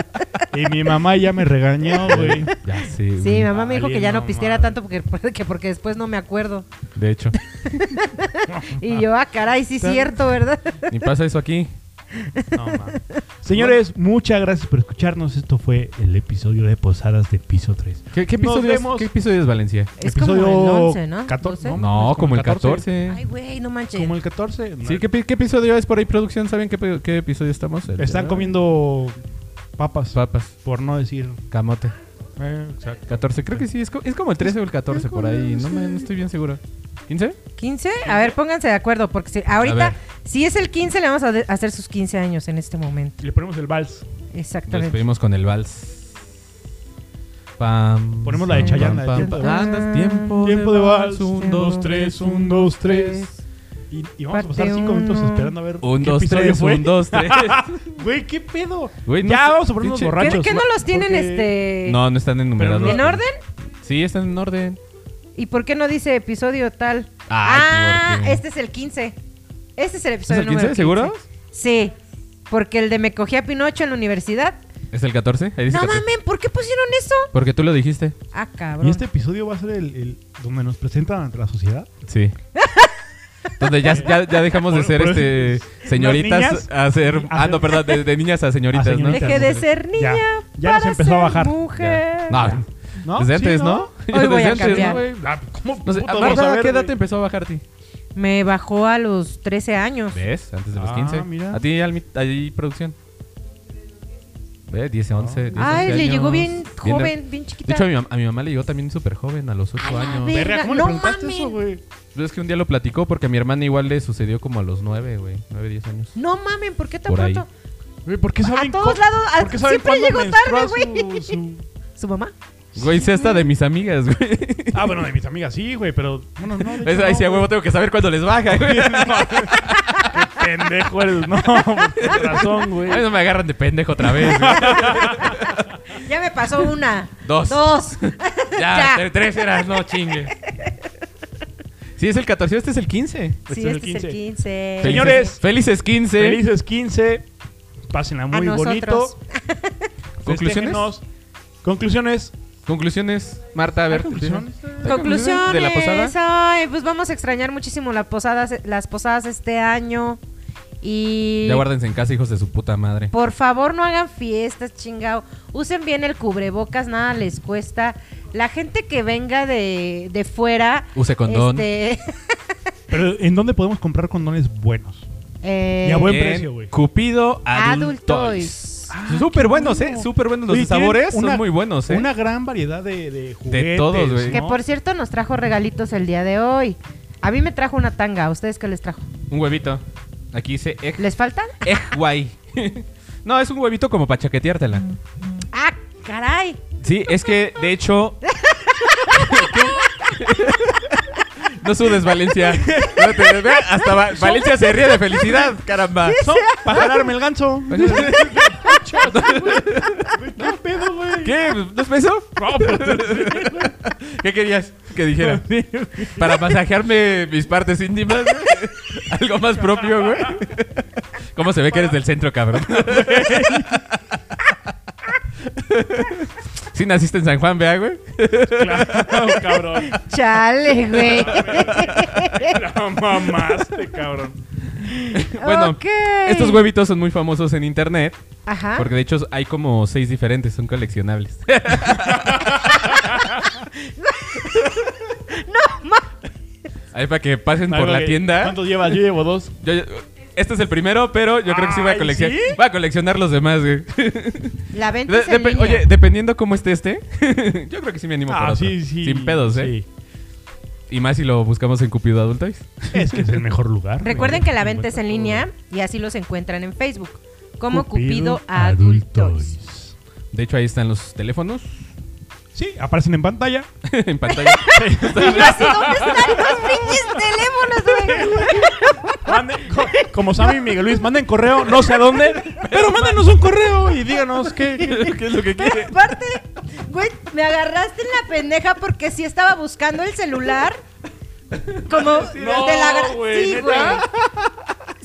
Speaker 2: Y mi mamá ya me regañó, güey.
Speaker 3: Ya, sí.
Speaker 1: Sí,
Speaker 3: güey.
Speaker 1: mi mamá me dijo que ya
Speaker 2: Vale,
Speaker 1: no
Speaker 2: no
Speaker 1: pisteara
Speaker 2: mames.
Speaker 1: tanto porque, que porque después no me acuerdo.
Speaker 3: De hecho.
Speaker 1: Y yo, ah, caray, sí, cierto, ¿verdad?
Speaker 3: Ni pasa eso aquí.
Speaker 2: No, mames. Señores, muchas gracias por escucharnos. Esto fue el episodio de Posadas de Piso 3.
Speaker 3: ¿Qué, qué
Speaker 2: Nos
Speaker 3: episodio es-
Speaker 2: vemos.
Speaker 3: ¿Qué episodio es Valencia?
Speaker 1: Es como el 11, ¿no?
Speaker 2: 14,
Speaker 1: No,
Speaker 3: No, como el 14.
Speaker 1: Ay, güey, no manches.
Speaker 2: Como el 14. no.
Speaker 3: Sí, ¿qué, pi- qué episodio es por ahí, producción? ¿Saben qué, pe- qué episodio estamos? El-
Speaker 2: Están comiendo papas,
Speaker 3: papas,
Speaker 2: por no decir.
Speaker 3: camote.
Speaker 2: eh, exacto.
Speaker 3: 14, creo que sí, es, co- es como el 13 o el 14 por ahí, no, me, no estoy bien seguro. ¿15?
Speaker 1: ¿15? A ver, pónganse de acuerdo, porque si- ahorita,
Speaker 3: ver.
Speaker 1: si es el 15, le vamos a de- hacer sus 15 años en este momento.
Speaker 2: Le ponemos el vals.
Speaker 3: Nos
Speaker 1: Exactamente.
Speaker 3: despedimos con el vals. Pam,
Speaker 2: Ponemos la de
Speaker 3: pam,
Speaker 2: Chayanne,
Speaker 3: pam,
Speaker 2: la de
Speaker 3: pam.
Speaker 2: tiempo
Speaker 1: vals.
Speaker 2: de
Speaker 3: Ah, tiempo,
Speaker 2: Tiempo de vals.
Speaker 3: Un, dos, tres,
Speaker 2: un,
Speaker 3: un,
Speaker 2: dos,
Speaker 3: dos,
Speaker 2: tres.
Speaker 3: tres.
Speaker 2: Y, y vamos a
Speaker 1: Parte
Speaker 2: pasar 5 minutos
Speaker 1: uno.
Speaker 2: esperando a ver.
Speaker 3: Un,
Speaker 2: qué
Speaker 3: dos,
Speaker 2: episodio
Speaker 3: tres,
Speaker 2: fue.
Speaker 3: un, dos, tres.
Speaker 2: Güey, ¿qué pedo?
Speaker 3: Güey, no
Speaker 2: ya
Speaker 3: sé,
Speaker 2: vamos a ponernos
Speaker 3: pinche-
Speaker 1: ¿Qué,
Speaker 2: borrachos.
Speaker 1: qué no los tienen
Speaker 2: Porque-
Speaker 1: este
Speaker 3: No, no están enumerados.
Speaker 2: Pero
Speaker 1: en
Speaker 2: no-
Speaker 1: orden?
Speaker 3: Sí, están en orden.
Speaker 1: ¿Y por qué no dice episodio tal?
Speaker 3: Ay,
Speaker 1: ah,
Speaker 3: ¿por qué?
Speaker 1: este es el 15. Este es el
Speaker 3: ¿Es
Speaker 1: episodio
Speaker 3: el 15,
Speaker 1: número
Speaker 3: seguro?
Speaker 1: Sí, porque el de me cogí a Pinocho en la universidad.
Speaker 3: ¿Es el 14? Ahí dice
Speaker 1: No
Speaker 3: 14.
Speaker 1: mamen, ¿por qué pusieron eso?
Speaker 3: Porque tú lo dijiste.
Speaker 1: Ah, cabrón.
Speaker 2: Y este episodio va a ser el, el- donde nos presentan ante la sociedad.
Speaker 3: Sí. Donde ya, ya, ya dejamos de
Speaker 2: Por-
Speaker 3: ser
Speaker 2: por-
Speaker 3: este
Speaker 2: niñas?
Speaker 3: señoritas a ser
Speaker 2: A
Speaker 3: ah no
Speaker 2: ser-
Speaker 3: perdón de, de niñas a señoritas,
Speaker 2: A señoritas.
Speaker 1: Dejé de ser niña
Speaker 2: Ya. Ya
Speaker 1: para
Speaker 2: nos empezó a
Speaker 1: ser
Speaker 2: bajar.
Speaker 1: mujer.
Speaker 3: ¿no?
Speaker 2: Ya.
Speaker 3: No, desde antes, ¿no?
Speaker 1: Hoy voy a
Speaker 3: desde
Speaker 1: cambiar.
Speaker 3: güey?
Speaker 2: Ah, ¿Cómo?
Speaker 3: No sé,
Speaker 2: puto
Speaker 3: a
Speaker 2: vamos a
Speaker 3: Marta, ¿a
Speaker 2: ver,
Speaker 3: qué edad
Speaker 2: güey?
Speaker 3: te empezó a bajar a ti?
Speaker 1: Me bajó a los 13 años.
Speaker 3: ¿Ves? Antes de los
Speaker 2: Ah,
Speaker 3: 15.
Speaker 2: mira.
Speaker 3: A ti, Almi- ahí, producción. ¿Ves? 10, 11. 10,
Speaker 1: Ay,
Speaker 3: 11
Speaker 1: le llegó
Speaker 3: años.
Speaker 1: bien
Speaker 3: de-
Speaker 1: joven, bien chiquita.
Speaker 3: De hecho, a mi, mam- a mi mamá le llegó también súper joven, a los 8
Speaker 1: A la
Speaker 3: años.
Speaker 1: vez.
Speaker 2: Verga, ¿cómo le
Speaker 1: No
Speaker 2: preguntaste
Speaker 1: mames.
Speaker 2: eso, güey?
Speaker 3: Pues Es que un día lo platicó porque a mi hermana igual le sucedió como a los 9, güey. 9, 10 años.
Speaker 1: No mamen, ¿por qué tan
Speaker 3: Por ahí.
Speaker 1: pronto?
Speaker 2: Güey, ¿por qué saben
Speaker 1: A todos
Speaker 2: cu-
Speaker 1: lados, a-
Speaker 2: por qué saben
Speaker 1: siempre
Speaker 2: cuándo
Speaker 1: llego tarde,
Speaker 2: menstrua
Speaker 1: güey.
Speaker 2: su- su-
Speaker 1: ¿Su mamá?
Speaker 3: Güey, sé hasta de mis amigas, güey.
Speaker 2: Ah, bueno, de mis amigas sí, güey, pero... Bueno, no, de
Speaker 3: Es-
Speaker 2: hecho,
Speaker 3: Ahí sí, a
Speaker 2: no,
Speaker 3: huevo,
Speaker 2: güey.
Speaker 3: tengo que saber cuándo les baja, güey.
Speaker 2: Qué pendejo eres, no, por razón, güey.
Speaker 3: A mí no me agarran de pendejo otra vez. güey.
Speaker 1: Ya me pasó una.
Speaker 3: Dos.
Speaker 1: Dos. Ya.
Speaker 3: Ya, tre- tres eras, no chingue. Sí, es el 14, este es el 15.
Speaker 1: Sí, este es el 15.
Speaker 2: Señores,
Speaker 3: Felices 15.
Speaker 2: Felices 15. Pásenla muy bonito.
Speaker 1: nosotros.
Speaker 3: ¿Conclusiones?
Speaker 2: Festéjenos. Conclusiones.
Speaker 3: Conclusiones, Marta, a ver.
Speaker 2: conclusiones?
Speaker 3: ¿hay
Speaker 1: Conclusiones.
Speaker 3: ¿De la posada?
Speaker 1: Ay, pues vamos a extrañar muchísimo las posadas, las posadas este año. Y
Speaker 3: Ya guárdense en casa, hijos de su puta madre.
Speaker 1: por favor no hagan fiestas, chingado. Usen bien el cubrebocas, nada les cuesta. La gente que venga de, de fuera.
Speaker 3: Use condón.
Speaker 1: este,
Speaker 2: Pero ¿en dónde podemos comprar condones buenos?
Speaker 1: eh,
Speaker 2: Y a buen
Speaker 3: En
Speaker 2: precio, güey.
Speaker 3: Cupido Adult
Speaker 1: Adultos.
Speaker 3: Toys. Súper buenos, ¿eh? Súper buenos. Los
Speaker 2: Oye,
Speaker 3: de sabores
Speaker 2: tienen una-
Speaker 3: son muy buenos, ¿eh?
Speaker 2: Una gran variedad de, de juguetes.
Speaker 3: todos, güey.
Speaker 1: Que
Speaker 2: ¿no?
Speaker 1: por cierto nos trajo regalitos el día de hoy. A mí me trajo una tanga, ¿a ustedes qué les trajo?
Speaker 3: Un huevito. Aquí dice egg,
Speaker 1: ¿Les faltan?
Speaker 3: egg guay. no, es un huevito como para chaqueteártela.
Speaker 1: ¡Ah, caray!
Speaker 3: Sí, es que de hecho. ¿Qué? No sudes, Valencia. No te- ve, Hasta Va- Valencia se ríe de felicidad, caramba.
Speaker 2: No, para jalarme el ganso. ¿Qué pedo, güey?
Speaker 3: ¿Qué? ¿Dos pesos? ¿Qué querías que dijera? Para masajearme mis partes íntimas. güey? Algo más propio, güey. ¿Cómo se ve que eres del centro, cabrón? Si naciste en San Juan, vea, güey.
Speaker 2: Claro, cabrón.
Speaker 1: Chale, güey.
Speaker 2: La mamaste, cabrón.
Speaker 3: Bueno,
Speaker 1: Ok. Ah.
Speaker 3: estos huevitos son muy famosos en internet.
Speaker 1: Ajá.
Speaker 3: Porque de hecho hay como seis diferentes, son coleccionables.
Speaker 1: No, ma-
Speaker 3: Ahí para que pasen
Speaker 2: Algo
Speaker 3: por la
Speaker 2: que-
Speaker 3: tienda.
Speaker 2: ¿Cuántos llevas? Yo llevo dos.
Speaker 3: Yo- yo- este es el primero, pero yo creo que sí voy a
Speaker 2: Ay,
Speaker 3: coleccionar.
Speaker 2: ¿sí?
Speaker 3: Voy a coleccionar los demás, güey.
Speaker 1: La venta
Speaker 3: De-
Speaker 1: Este es en
Speaker 3: depe-
Speaker 1: línea.
Speaker 3: oye, dependiendo cómo esté este, yo creo que sí me animo por
Speaker 2: Ah,
Speaker 3: otro.
Speaker 2: sí, sí.
Speaker 3: Sin pedos, ¿eh? Y más si lo buscamos en Cupido Adultoys.
Speaker 2: Sí. Es que es el mejor lugar.
Speaker 1: Recuerden que la venta es en línea y así los encuentran en Facebook. Como Cupido, Adultos.
Speaker 3: De hecho, ahí están los teléfonos
Speaker 2: Sí, aparecen en pantalla.
Speaker 3: en pantalla.
Speaker 1: Y yo así, ¿dónde están los pinches teléfonos, güey?
Speaker 2: Manden- co- como Sammy y Miguel Luis, manden correo, no sé a dónde, pero mándenos un correo y díganos qué, qué- qué es lo que
Speaker 1: Pero
Speaker 2: quieren.
Speaker 1: aparte, güey, me agarraste en la pendeja porque sí estaba buscando el celular. Como el de la gra-
Speaker 2: güey,
Speaker 1: Sí,
Speaker 2: ¿neta?
Speaker 1: güey.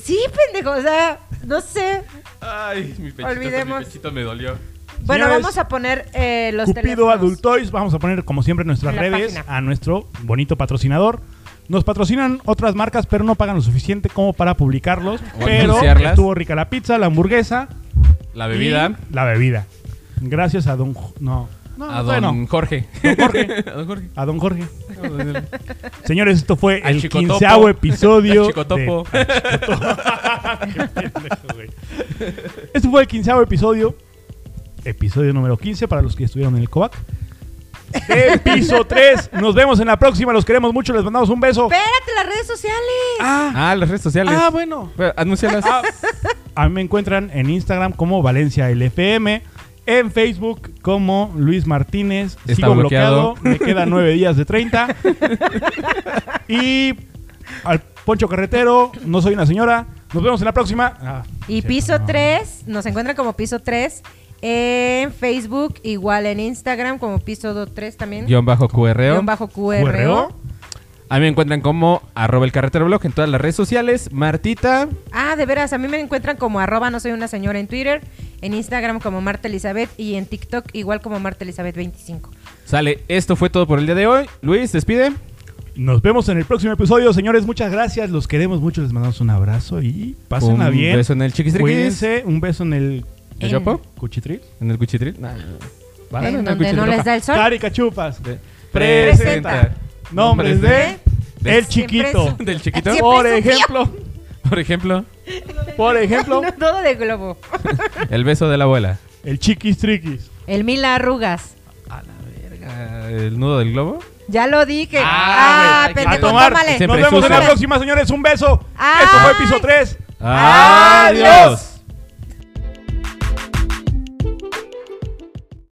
Speaker 1: Sí, pendejo, o sea, no sé.
Speaker 3: Ay, mi pechito,
Speaker 1: Olvidemos.
Speaker 3: mi pechito me dolió.
Speaker 1: Bueno,
Speaker 2: Señores,
Speaker 1: vamos a poner eh, los
Speaker 2: Cupido
Speaker 1: teléfonos.
Speaker 2: Adultoys, vamos a poner como siempre en nuestras
Speaker 1: En la
Speaker 2: redes
Speaker 1: página.
Speaker 2: a nuestro bonito patrocinador. Nos patrocinan otras marcas, pero no pagan lo suficiente como para publicarlos.
Speaker 3: O
Speaker 2: pero
Speaker 3: anunciarlas.
Speaker 2: estuvo rica la pizza, la hamburguesa,
Speaker 3: La bebida
Speaker 2: y la bebida. Gracias a don Ju- no, no,
Speaker 1: Ah,
Speaker 3: a
Speaker 2: todavía
Speaker 3: don
Speaker 2: no.
Speaker 3: Jorge.
Speaker 2: Don Jorge.
Speaker 3: a don Jorge.
Speaker 2: a don Jorge. Señores, esto fue
Speaker 3: Al
Speaker 2: el
Speaker 3: Chicotopo.
Speaker 2: quinceavo episodio.
Speaker 3: Al Chicotopo.
Speaker 2: de- al Chicotopo. Qué pendejo, güey. Esto Este fue el quinceavo episodio. Episodio número 15 para los que estuvieron en el COVAC. De piso 3. Nos vemos en la próxima. Los queremos mucho. Les mandamos un beso.
Speaker 1: Espérate, las redes sociales.
Speaker 2: Ah,
Speaker 3: Ah, las redes sociales.
Speaker 2: ah, bueno.
Speaker 3: Pero, Anúncialas.
Speaker 1: Ah,
Speaker 2: A mí me encuentran en Instagram como Valencia LFM. En Facebook como Luis Martínez.
Speaker 3: Está
Speaker 2: Sigo bloqueado.
Speaker 3: bloqueado.
Speaker 2: Me quedan nueve días de 30. y al Poncho Carretero. No soy una señora. Nos vemos en la próxima. Ah,
Speaker 1: Y
Speaker 2: cierto,
Speaker 1: piso
Speaker 2: no.
Speaker 1: 3, nos encuentran como piso 3 en Facebook, igual en Instagram como piso 3 también.
Speaker 3: Guión bajo QRO.
Speaker 1: Guión bajo QRO.
Speaker 2: ¿QRO?
Speaker 3: A mí me encuentran como arroba el carretero blog en todas las redes sociales. Martita.
Speaker 1: Ah, de veras, a mí me encuentran como arroba no soy una señora en Twitter, en Instagram como Marta Elizabeth y en TikTok igual como Marta Elizabeth 25.
Speaker 3: Sale, esto fue todo por el día de hoy. Luis, despide.
Speaker 1: Eh.
Speaker 2: Nos vemos en el próximo episodio, señores. Muchas gracias. Los queremos mucho. Les mandamos un abrazo y pásenla
Speaker 3: Un
Speaker 2: bien.
Speaker 3: beso en el chiquistriquis.
Speaker 2: Cuídense. Un beso en el
Speaker 3: ¿El yopo?
Speaker 2: cuchitril.
Speaker 3: ¿En el cuchitril? No, no, no. Vale,
Speaker 1: en
Speaker 3: no,
Speaker 1: donde no
Speaker 3: cuchitril.
Speaker 1: les da el sol.
Speaker 2: Caricachupas.
Speaker 3: Presenta.
Speaker 2: Nombres de
Speaker 3: de-
Speaker 2: El Chiquito.
Speaker 1: Siempre
Speaker 3: Del chiquito.
Speaker 1: Siempre
Speaker 2: Por
Speaker 1: es un
Speaker 2: ejemplo.
Speaker 3: Por ejemplo,
Speaker 2: Por ejemplo,
Speaker 1: No, todo de globo.
Speaker 3: el beso de la abuela.
Speaker 2: el chiquis triquis.
Speaker 1: El mil arrugas.
Speaker 3: Ah, El nudo del globo.
Speaker 1: Ya lo dije. Ah,
Speaker 2: Ah, güey,
Speaker 1: pendejo,
Speaker 2: a tomar.
Speaker 1: tómale.
Speaker 3: Siempre
Speaker 2: Nos vemos en la
Speaker 3: sucio.
Speaker 2: próxima, señores. Un beso.
Speaker 1: Ay.
Speaker 2: Esto fue piso 3.
Speaker 1: Adiós.